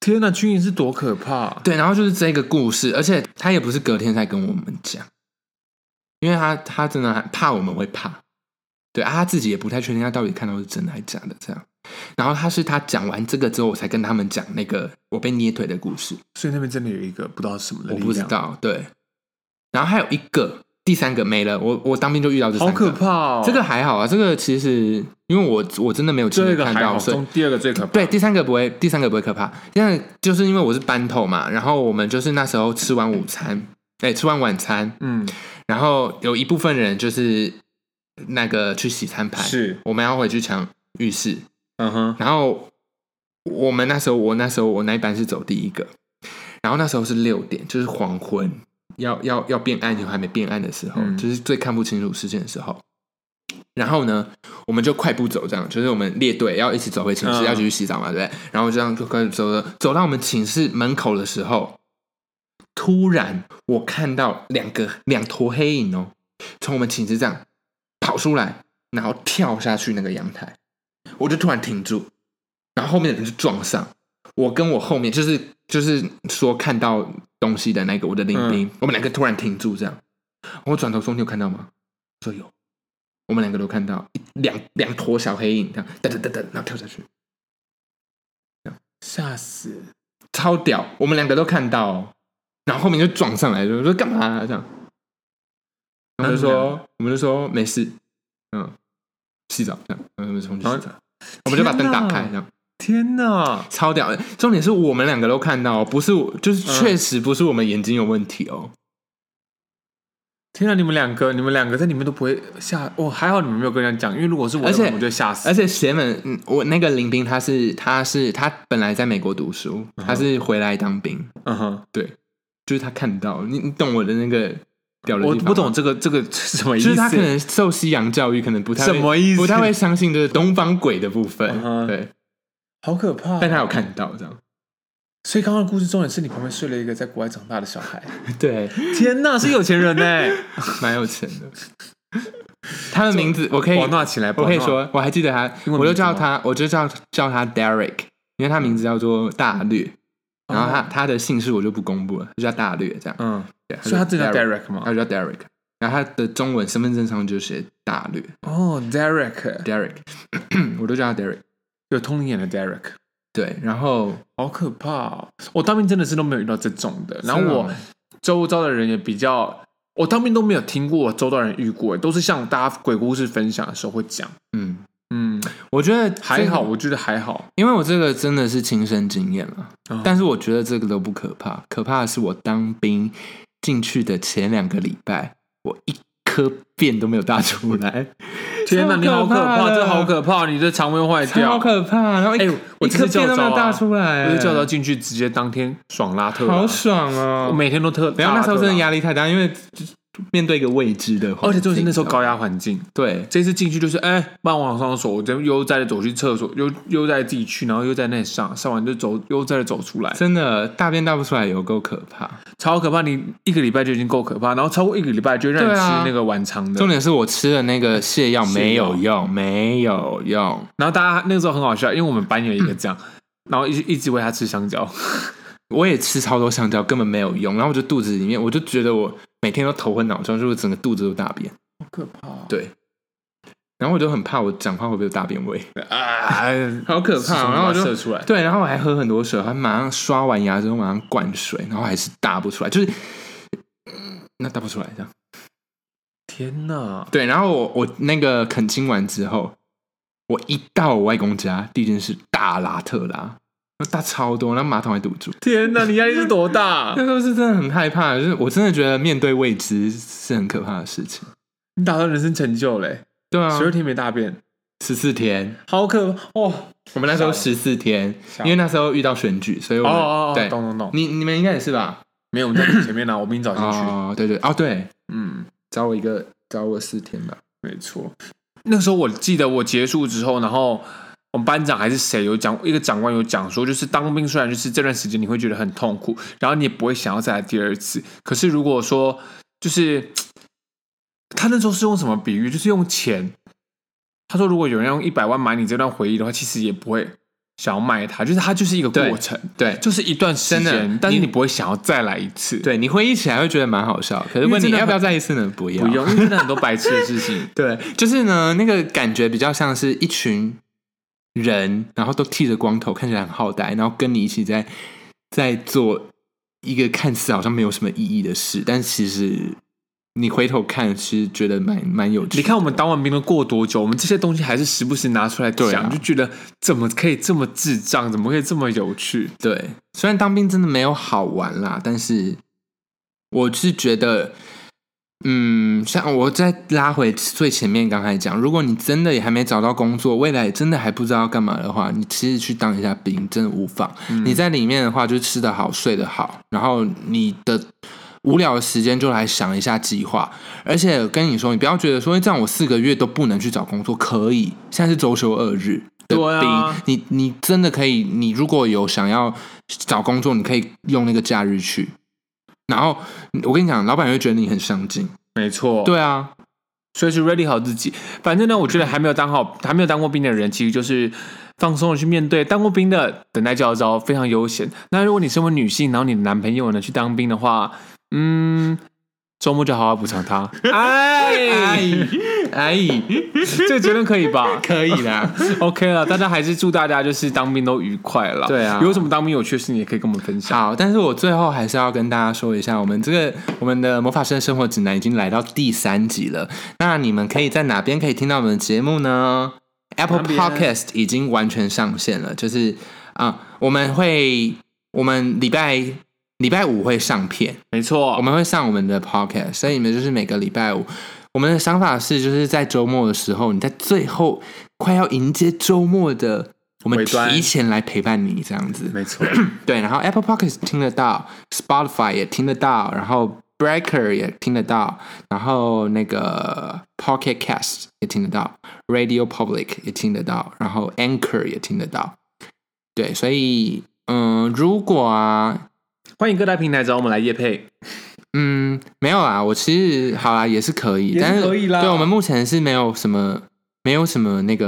S1: 天哪，军营是多可怕！
S2: 对，然后就是这个故事，而且他也不是隔天才跟我们讲，因为他他真的还怕我们会怕，对啊，他自己也不太确定他到底看到是真的还是假的这样。然后他是他讲完这个之后，我才跟他们讲那个我被捏腿的故事，
S1: 所以那边真的有一个不知道是什么的
S2: 我
S1: 力
S2: 不知
S1: 量，
S2: 道对。然后还有一个第三个没了，我我当兵就遇到这
S1: 好
S2: 三个，
S1: 可怕哦！
S2: 这个还好啊，这个其实因为我我真的没有亲
S1: 这
S2: 眼
S1: 个
S2: 看
S1: 还
S2: 到，
S1: 好，
S2: 所以
S1: 中第二个最可怕。
S2: 对，第三个不会，第三个不会可怕。第三个就是因为我是班头嘛，然后我们就是那时候吃完午餐，哎、吃完晚餐，
S1: 嗯，
S2: 然后有一部分人就是那个去洗餐盘，
S1: 是，
S2: 我们要回去抢浴室，
S1: 嗯哼，
S2: 然后我们那时候，我那时候我那一班是走第一个，然后那时候是六点，就是黄昏，要要要变暗，就还没变暗的时候，
S1: 嗯
S2: 就是最看不清楚视线的时候。然后呢，我们就快步走，这样就是我们列队要一起走回寝室，
S1: 嗯
S2: 要去洗澡嘛，对不对？然后这样就快步走走走到我们寝室门口的时候，突然我看到两个两坨黑影哦，从我们寝室这样跑出来，然后跳下去那个阳台，我就突然停住，然后后面的人就撞上我，跟我后面就是就是说看到东西的那个我的
S1: 嗯
S2: 领兵，我们两个突然停住这样，我转头说你有看到吗？说有，我们两个都看到一两两坨小黑影这样噔噔噔噔，然后跳下去，
S1: 吓死！
S2: 超屌，我们两个都看到、哦，然后后面就撞上来，就说干嘛、啊、这样，我们就说我们就说没事，嗯，洗澡这样，然后我们冲去洗
S1: 然
S2: 澡，我们就把灯打开
S1: 天哪
S2: 这样。
S1: 天哪！
S2: 超屌的。重点是我们两个都看到哦，不是我，就
S1: 嗯
S2: 是确实不是我们眼睛有问题哦。
S1: 天哪！你们两个，你们两个在里面都不会吓哦，还好你们没有跟人家讲，因为如果是我的
S2: 而且
S1: 话，我就吓死
S2: 而。且邪门，嗯我那个林斌他是他是他本来在美国读书，
S1: 哼
S2: 他是回来当兵，
S1: 嗯哼，
S2: 就是他看到你，你懂我的那个屌的地
S1: 我
S2: 方吗
S1: 不懂，这个这个是什么意
S2: 就
S1: 思？
S2: 是他可能受西洋教育，可能不太会
S1: 什么意思
S2: 不太会相信就是东方鬼的部分
S1: 嗯，哼
S2: 对，
S1: 好可怕。
S2: 但他有看到这样， [laughs]
S1: 所以刚刚的故事重点是你旁边睡了一个在国外长大的小孩。
S2: 对，
S1: [laughs] 天哪，是有钱人呢、 [laughs]
S2: 蛮有钱的。他的名字我可以
S1: 保纳起 [laughs] 来，
S2: 我可以
S1: 保纳，
S2: 说，我还记得他，
S1: 英文名字吗
S2: 我就叫他，我就叫叫他 Derek，因为他名字叫做大略，
S1: 哦
S2: 然后他他的姓氏我就不公布了，就叫大略这样。
S1: 嗯，
S2: 对
S1: 所以他真的叫 Derek
S2: 他
S1: 吗？
S2: 就叫 Derek，然后他的中文身份证上就写大略
S1: 哦，Derek，
S2: Derek，我 [coughs] 都叫他 Derek。
S1: 有通灵眼的 Derek，
S2: 对，然后
S1: 好可怕、哦！我当兵真的是都没有遇到这种的，然后
S2: 真的
S1: 我
S2: 吗
S1: 周遭的人也比较，我当兵都没有听过我周遭人遇过，都是像大家鬼故事分享的时候会讲。
S2: 嗯，
S1: 嗯，
S2: 我觉得
S1: 还好，
S2: 这个，
S1: 我觉得还好。
S2: 因为我这个真的是亲身经验了，
S1: 哦
S2: 但是我觉得这个都不可怕，可怕的是我当兵进去的前两个礼拜，我一颗 [laughs] 便都没有大出来。
S1: 天哪，你好可
S2: 超可怕
S1: 怕，
S2: 的
S1: 这好可怕！你的肠胃坏
S2: 超
S1: 掉，
S2: 可怕！然后一、
S1: 哎我
S2: 一
S1: 这次
S2: 颗
S1: 教
S2: 便都没有
S1: 招啊
S2: 大出来、
S1: 我就叫他进去，直接当天爽拉特拉，
S2: 好爽
S1: 我
S2: 哦！
S1: 每天都特。
S2: 然后那时候真的
S1: 压，
S2: 压力太大，因为就是面对一个未知的环境，
S1: 而且就是那时候高
S2: 压，
S1: 压环境，
S2: 对，
S1: 这次进去就是，哎、帮我往上走，我就悠哉的走去厕所，悠悠哉地自己去，然后悠哉那里上，上完就走，悠哉的走出来，
S2: 真的大便大不出来有够可怕。
S1: 超可怕！你一个礼拜就已经够可怕，然后超过一个礼拜就让你
S2: 对
S1: 吃
S2: 啊
S1: 那个晚餐的
S2: 重，点是我吃的那个泻药没有
S1: 啊
S2: 用，没有用。
S1: 然后大家那个时候很好笑，因为我们班有一个这样，然后一直一直喂他吃香蕉，
S2: 我也吃超多香蕉，根本没有用。然后我就肚子里面，我就觉得我每天都头昏脑胀，就是我整个肚子都大便。
S1: 好可怕！啊
S2: 对然后我就很怕我讲话会不会有大便味，
S1: 啊，
S2: 好可怕哦。然后我就
S1: 射出来，
S2: 对，然后我还喝很多水，还马上刷完牙之后马上灌水，然后还是大不出来，就是嗯那大不出来这样。
S1: 天哪！
S2: 对，然后我我那个恳亲完之后，我一到我外公家，第一件事大拉特拉，那大超多，那马桶还堵住。
S1: 天哪，你压力是多大？
S2: 那时候是真的很害怕，就是我真的觉得面对未知是很可怕的事情。
S1: [laughs] 你达到人生成就嘞，
S2: 对啊
S1: 十，二天没大便，
S2: 十四天，
S1: 好可怕哦！
S2: 我们那时候
S1: 吓
S2: 十四天，
S1: 吓
S2: 因为那时候遇到选举，所以我
S1: 哦
S2: 们
S1: 哦哦，
S2: 对，
S1: 懂懂懂，
S2: 你你们应该也是吧？
S1: 没有，我们在前面啊呢，我比你早进去，
S2: 哦，对对哦对，
S1: 嗯。
S2: 找我一个找我四天吧。
S1: 没错，那时候我记得我结束之后，然后我们班长还是谁有讲，一个长官有讲说，就是当兵虽然就是这段时间你会觉得很痛苦，然后你也不会想要再来第二次，可是如果说就是他那时候是用什么比喻，就是用钱。他说：“如果有人用一百万买你这段回忆的话，其实也不会想要卖它，就是它就是一个
S2: 对
S1: 过程，
S2: 对
S1: 就是一段时
S2: 真的
S1: 间，但是
S2: 你
S1: 你不会想要再来一次，，
S2: 对，你回忆起来会觉得蛮好笑。可是
S1: 因为
S2: 问你
S1: 真的
S2: 要不要
S1: 很
S2: 再一次呢？不要，。
S1: 不用，因为真的很多白痴的事情
S2: [laughs] 对，就是呢，那个感觉比较像是一群人，然后都剃着光头，看起来很好呆，然后跟你一起在在做一个看似好像没有什么意义的事，但其实你回头看，其实觉得蛮蛮有趣的。
S1: 你看我们当完兵都过多久，我们这些东西还是时不时拿出来
S2: 对
S1: 讲，
S2: 啊
S1: 就觉得怎么可以这么智障，怎么可以这么有趣？
S2: 对，虽然当兵真的没有好玩啦，但是我是觉得，嗯，像我再拉回最前面刚才讲，如果你真的也还没找到工作，未来也真的还不知道要干嘛的话，你其实去当一下兵真的无妨。你在里面的话，就吃得好，睡得好，然后你的。无聊的时间就来想一下计划，而且跟你说，你不要觉得说哎这样我四个月都不能去找工作，可以。现在是周休二日的
S1: 对啊
S2: 兵，你你真的可以，你如果有想要找工作，你可以用那个假日去。然后我跟你讲，老板会觉得你很上进。
S1: 没错，
S2: 对啊，
S1: 所以去 ready 好自己。反正呢，我觉得还没有当好、还没有当过兵的人，其实就是放松的去面对。当过兵的等待教招非常悠闲。那如果你身为女性，然后你的男朋友呢去当兵的话，嗯，周末就好好补偿 [laughs] 他。哎，
S2: [laughs] 哎，
S1: 这个结论可以吧？
S2: 可以啦。
S1: OK 了，大家还是祝大家就是当兵都愉快了。
S2: 对啊
S1: 有什么当兵有趣的事，你也可以跟我们分享。
S2: 好，但是我最后还是要跟大家说一下，我们这个我们的魔法师的生活指南已经来到第三集了。那你们可以在哪边可以听到我们的节目呢？Apple
S1: 哪边
S2: Podcast 已经完全上线了，就是啊、我们会我们礼拜礼拜五会上片，
S1: 没错，
S2: 我们会上我们的 podcast，所以你们就是每个礼拜五。我们的想法是，就是在周末的时候，你在最后快要迎接周末的，我们
S3: 尾端
S2: 提前来陪伴你这样子。
S3: 没错，
S2: 对，然后 Apple Podcast 听得到，Spotify 也听得到，然后 Breaker 也听得到，然后那个 Pocket Cast 也听得到，Radio Public 也听得到，然后 Anchor 也听得到。对，所以嗯，如果啊，
S1: [clears throat] 欢迎各大平台找我们来夜配。
S2: 嗯，没有啦，我其实好啦，也是可以，
S3: 也
S2: 但
S3: 是可以啦
S2: 对我们目前是没有什么，没有什么那个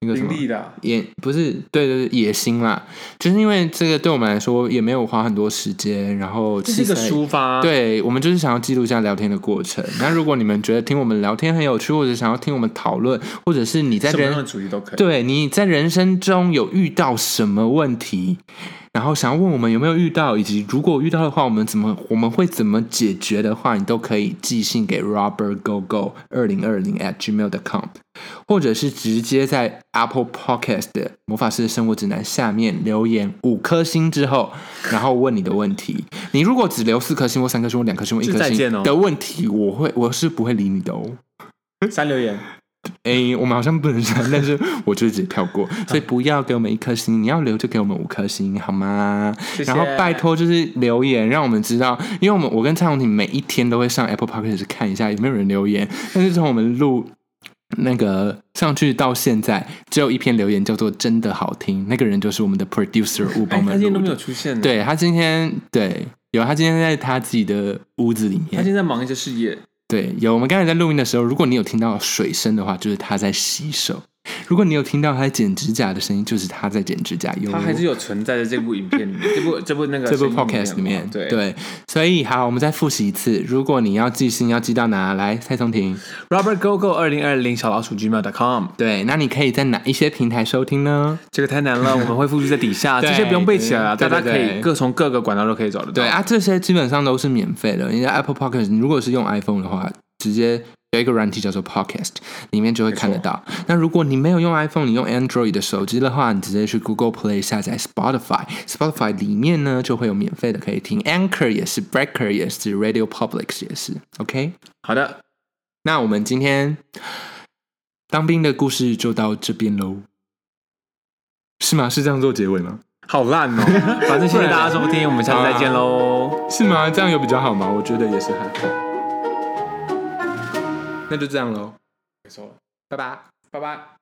S2: 那个什
S3: 盈
S2: 么
S3: 利的，
S2: 也不是对对对野心啦，就是因为这个对我们来说也没有花很多时间，然后
S1: 这是一个
S2: 器材
S1: 抒发，，
S2: 对我们就是想要记录一下聊天的过程。那如果你们觉得听我们聊天很有趣，或者想要听我们讨论，或者是你在
S3: 什么
S2: 人
S3: 样的主题都可以。
S2: 对，你在人生中有遇到什么问题？然后想要问我们有没有遇到，以及如果遇到的话，我们怎么我们会怎么解决的话，你都可以寄信给 Robert Go Go 二零二零 at gmail com，或者是直接在 Apple Podcast 的《魔法师的生活指南》下面留言五颗星之后，然后问你的问题。你如果只留四颗星或三颗星或两颗星或一
S1: 就
S2: 颗
S1: 再见
S2: 星
S1: 哦
S2: 的问题，我会我是不会理你的哦。
S3: 三留言，
S2: 诶，我们好像不能删，但是我就直接跳
S1: [laughs]
S2: 过，所以不要给我们一颗星，你要留就给我们五颗星，好吗？
S3: 谢谢
S2: 然后拜托就是留言，让我们知道，因为我们我跟蔡宏庭每一天都会上 Apple Podcast 看一下有没有人留言，但是从我们录。那个上去到现在，只有一篇留言叫做“真的好听”，那个人就是
S1: [laughs]
S2: 我们的 producer 吴帮
S1: 哎，他
S2: 我们
S1: 今天
S2: 录
S1: 都没有
S2: 的。
S1: 出现呢，，
S2: 对他今天对有他今天在他自己的屋子里
S1: 他
S2: 面
S1: 今，天在忙一些事业，
S2: 对，有我们刚才在录音的时候，如果你有听到水声的话，就是他在洗手；如果你有听到他在剪指甲的声音，就是他在剪指甲。有
S1: 他还是有存在在这部影片里面，这部这部那个
S2: 这部
S1: 声音
S2: podcast 里面，
S1: 对
S2: 所以好，我们再复习一次。如果你要寄信，要寄到哪？来，蔡松婷。
S1: Robert Go Go 二零二零小老鼠 gmail.com，
S2: 对，那你可以在哪一些平台收听呢？
S1: 这个太难了，我们会附注在底下，
S2: 对
S1: 这些不用背起来了，
S2: 对
S1: 大家
S2: 对对
S1: 可以各从各个管道都可以找得到。
S2: 对啊，这些基本上都是免费的。你在 Apple Podcast，你如果是用 iPhone 的话，直接有一个软体叫做 Podcast，里面就会看得到。那如果你没有用 iPhone，你用 Android 的手机的话，你直接去 Google Play 下载 Spotify。Spotify 里面呢就会有免费的可以听，Anchor 也是，Breaker 也是，Radio Public 也是。OK，
S1: 好的，
S2: 那我们今天当兵的故事就到这边喽。是吗？是这样做结尾吗？
S1: 好烂
S2: [laughs]
S1: 哦，反正谢谢大家收听，我们下次再见喽。
S2: 是吗？这样有比较好吗？我觉得也是还好。那就这样喽。
S1: 没错，
S2: 拜拜。
S1: 拜拜。